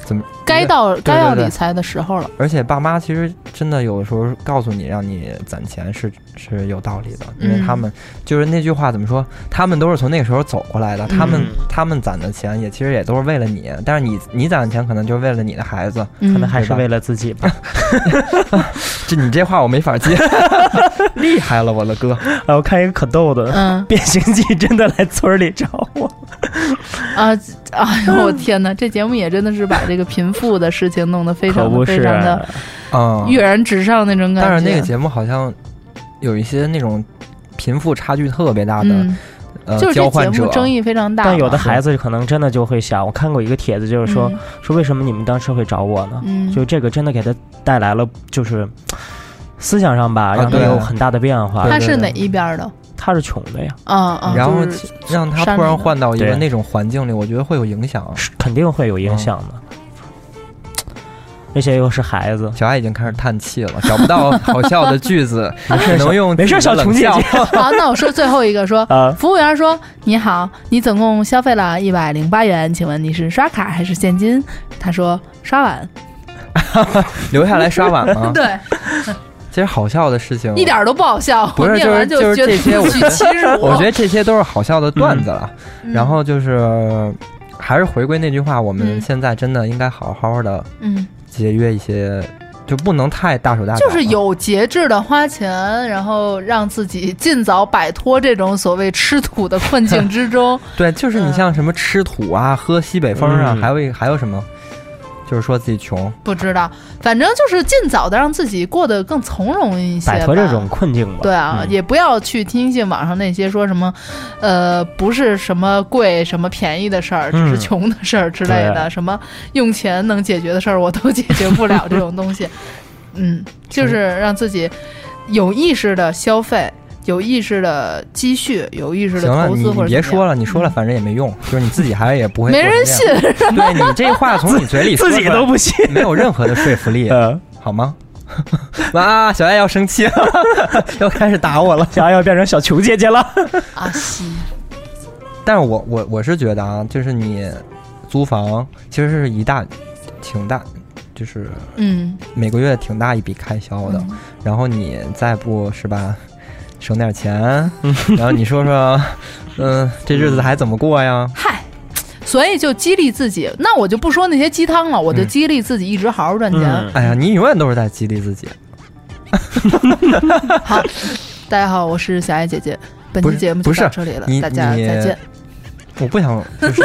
S12: 怎么
S13: 该到
S12: 对对
S13: 该要
S12: 对
S13: 理财的时候了。
S12: 而且爸妈其实真的有时候告诉你让你攒钱是是有道理的，因为
S13: 嗯
S12: 他们、就是那句话怎么说，他们都是从那个时候走过来的，他们、
S14: 嗯
S12: 他们攒的钱也其实也都是为了你，但是你你攒的钱可能就是为了你的孩子，
S14: 可能还是为
S12: 了
S14: 了自己吧。
S12: 这你这话我没法接， [LAUGHS] 厉害了我的哥，
S14: [LAUGHS] 哎，我看一个可逗的，
S13: 嗯
S14: [LAUGHS] 变形计真的来村儿里找我，
S13: 啊，哎呦我天哪，这节目也真的是把这个贫富的事情弄得非
S14: 可
S13: 常
S14: 不
S13: 的非
S14: 是啊
S13: 常的
S12: 嗯，
S13: 跃然纸上那种感觉。
S12: 但是那个节目好像有一些那种贫富差距特别大的、
S13: 嗯，
S12: 呃
S13: 就是
S12: 交
S13: 这节
S12: 换者
S13: 目，争议非常大嘛。
S14: 但有的孩子可能真的就会想，我看过一个帖子，就是说、
S13: 嗯
S14: 说为什么你们当时会找我呢？
S13: 嗯
S14: 就这个真的给他带来了就是思想上吧，让他
S12: 对
S14: 有很大的变化。
S13: 他是哪一边的？
S14: 他是穷的呀，
S13: 啊啊，
S12: 然后
S13: 就是
S12: 其让他
S13: 山
S12: 突然
S13: 里的
S12: 换到一个
S14: 对
S12: 那种环境里，我觉得会有影响。
S14: 肯定会有影响的。而且又是孩子，
S12: 小爱已经开始叹气了，找不到好笑的句
S13: [LAUGHS]
S12: 子，
S14: 没事
S12: 只能用
S14: 没事
S12: 自己的
S14: 小琼
S12: 冷笑
S14: 姐
S13: 好，那我说最后一个说，
S14: 啊
S13: 服务员说：“你好，你总共消费了一百零八元，请问你是刷卡还是现金？”他说：“刷碗。
S12: 留下来刷碗吗？
S13: 对，
S12: 其实好笑的事情
S13: 一点儿都不好笑。
S12: 不
S13: 我
S12: 是
S13: 念
S12: 就是
S13: 完
S12: 就是
S13: 觉得
S12: 这些，我
S13: 自取
S12: [LAUGHS]
S13: 其 [LAUGHS] 辱。
S12: 我觉得这些都是好笑的段子了。
S13: 嗯
S12: 然后就是还是回归那句话，我们
S13: 嗯
S12: 现在真的应该好好的
S13: 嗯，
S12: 节约一些，就不能太大手大脚
S13: 就
S12: 了。
S13: 是有节制的花钱，然后让自己尽早摆脱这种所谓吃土的困境之中。
S12: [LAUGHS]
S13: 嗯
S12: 对，就是你像什么吃土啊、喝西北风啊，
S14: 嗯
S12: 还有一还有什么，就是说自己穷。
S13: 不知道，反正就是尽早的让自己过得更从容一些吧，
S14: 摆脱这种困境吧。
S13: 对啊，
S14: 嗯
S13: 也不要去听信网上那些说什么，呃，不是什么贵、什么便宜的事儿，只
S14: 嗯
S13: 是穷的事儿之类的，
S14: 对
S13: 什么用钱能解决的事儿，我都解决不了这种东西。嗯，就是让自己有意识的消费，有意识的积蓄，有意识的
S12: 行了，
S13: 投
S12: 你
S13: 资
S12: 你
S13: 或者怎么样
S12: 别
S13: 嗯
S12: 说了，你说了反正也没用，就是你自己还是也不会
S13: 没
S12: 做
S13: 人
S12: 成
S13: 信
S12: 那样。对你这话从你嘴里
S14: [LAUGHS]
S12: 说
S14: 自己
S12: 出来
S14: 都不信，
S12: 没有任何的说服力，
S14: 呃，
S12: 好吗？ [LAUGHS] 哇，小爱要生气了， [LAUGHS] 要开始打我了。
S14: 想要变成小琼姐姐
S13: [LAUGHS]
S14: 了。
S13: 啊，西
S12: 但是我我我是觉得啊，就是你租房其实是一大挺大，就是
S13: 嗯，
S12: 每个月挺大一笔开销的。然后你再不是吧，省
S13: [LAUGHS]
S12: 点钱，然后你说说，嗯、这日子还怎么过呀？
S13: 嗨。所以就激励自己，那我就不说那些鸡汤了，我就
S12: 嗯
S13: 激励自己一直好好赚钱。
S14: 嗯
S12: 哎呀，你永远都是在激励自己。
S13: 好，大家好，我是小爱姐姐。本
S12: 不
S13: 期
S12: 是
S13: 节目
S12: 不
S13: 就是到这里了
S12: 你，
S13: 大家再见。
S12: 我不想就是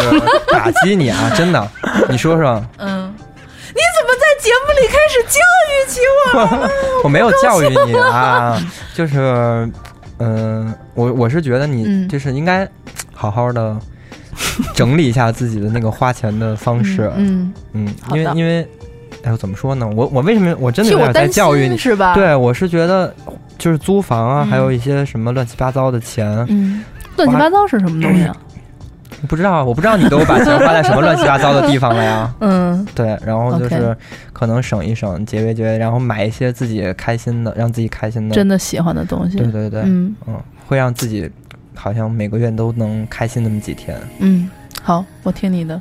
S12: 打击你啊，真的，你说说，
S13: 嗯，你怎么在节目里开始教育起 [LAUGHS] 我？
S12: 我没有教育你啊，就是，嗯、我我是觉得你
S13: 嗯
S12: 就是应该好好的整理一下自己的那个花钱的方式，
S13: 嗯，
S12: 嗯，
S13: 好
S12: 因
S13: 的
S12: 为因为，哎呦，怎么说呢？我我为什么我真的
S13: 替
S12: 有
S13: 我
S12: 点在
S13: 担
S12: 教育
S13: 心
S12: 你？
S13: 是吧？，
S12: 对，我是觉得就是租房啊，
S13: 嗯
S12: 还有一些什么乱七八糟的钱，
S13: 嗯，乱七八糟是什么东西啊？
S12: 不知道，我不知道你都把钱花在什么乱七八糟的地方了呀。
S13: [LAUGHS] 嗯，
S12: 对，然后就
S13: OK
S12: 是可能省一省，节约节约，然后买一些自己开心的，让自己开心的。
S13: 真的喜欢的东西
S12: 对。对对，
S13: 嗯
S12: 嗯，会让自己好像每个月都能开心那么几天。
S13: 嗯，好，我听你的。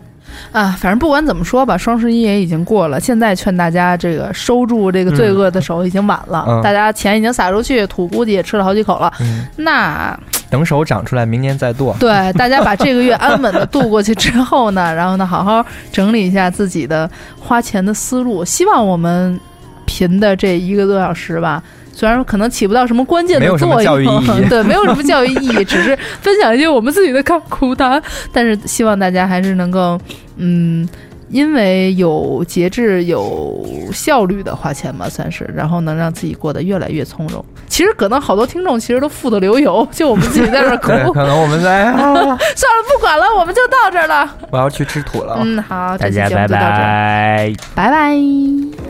S13: 啊，反正不管怎么说吧，双十一也已经过了。现在劝大家这个收住这个罪恶嗯的手已经晚了，
S12: 嗯
S13: 大家钱已经撒出去，土估计也吃了好几口了。
S12: 嗯，
S13: 那
S12: 等手长出来，明年再剁。
S13: 对，大家把这个月安稳的度过去之后呢，然后呢，好好整理一下自己的花钱的思路。希望我们频的这一个多小时吧，虽然可能起不到什么关键
S12: 没
S13: 的
S12: 有什么
S13: 作
S12: 教育
S13: 用， [LAUGHS]
S12: 意义
S13: 对，没有什么教育意义，只是分享一些我们自己的甘苦谈。但是希望大家还是能够，嗯。因为有节制、有效率的花钱吧，算是，然后能让自己过得越来越从容。其实可能好多听众其实都富得流油，就我们自己在这儿苦
S12: 对，可能我们在，啊
S13: [LAUGHS] 算了，不管了，我们就到这儿了。
S12: 我要去吃土了。
S13: 嗯，好，
S14: 大
S13: 这期
S14: 家
S13: 节目
S14: 拜
S13: 就到这儿，
S14: 拜。
S13: 拜拜。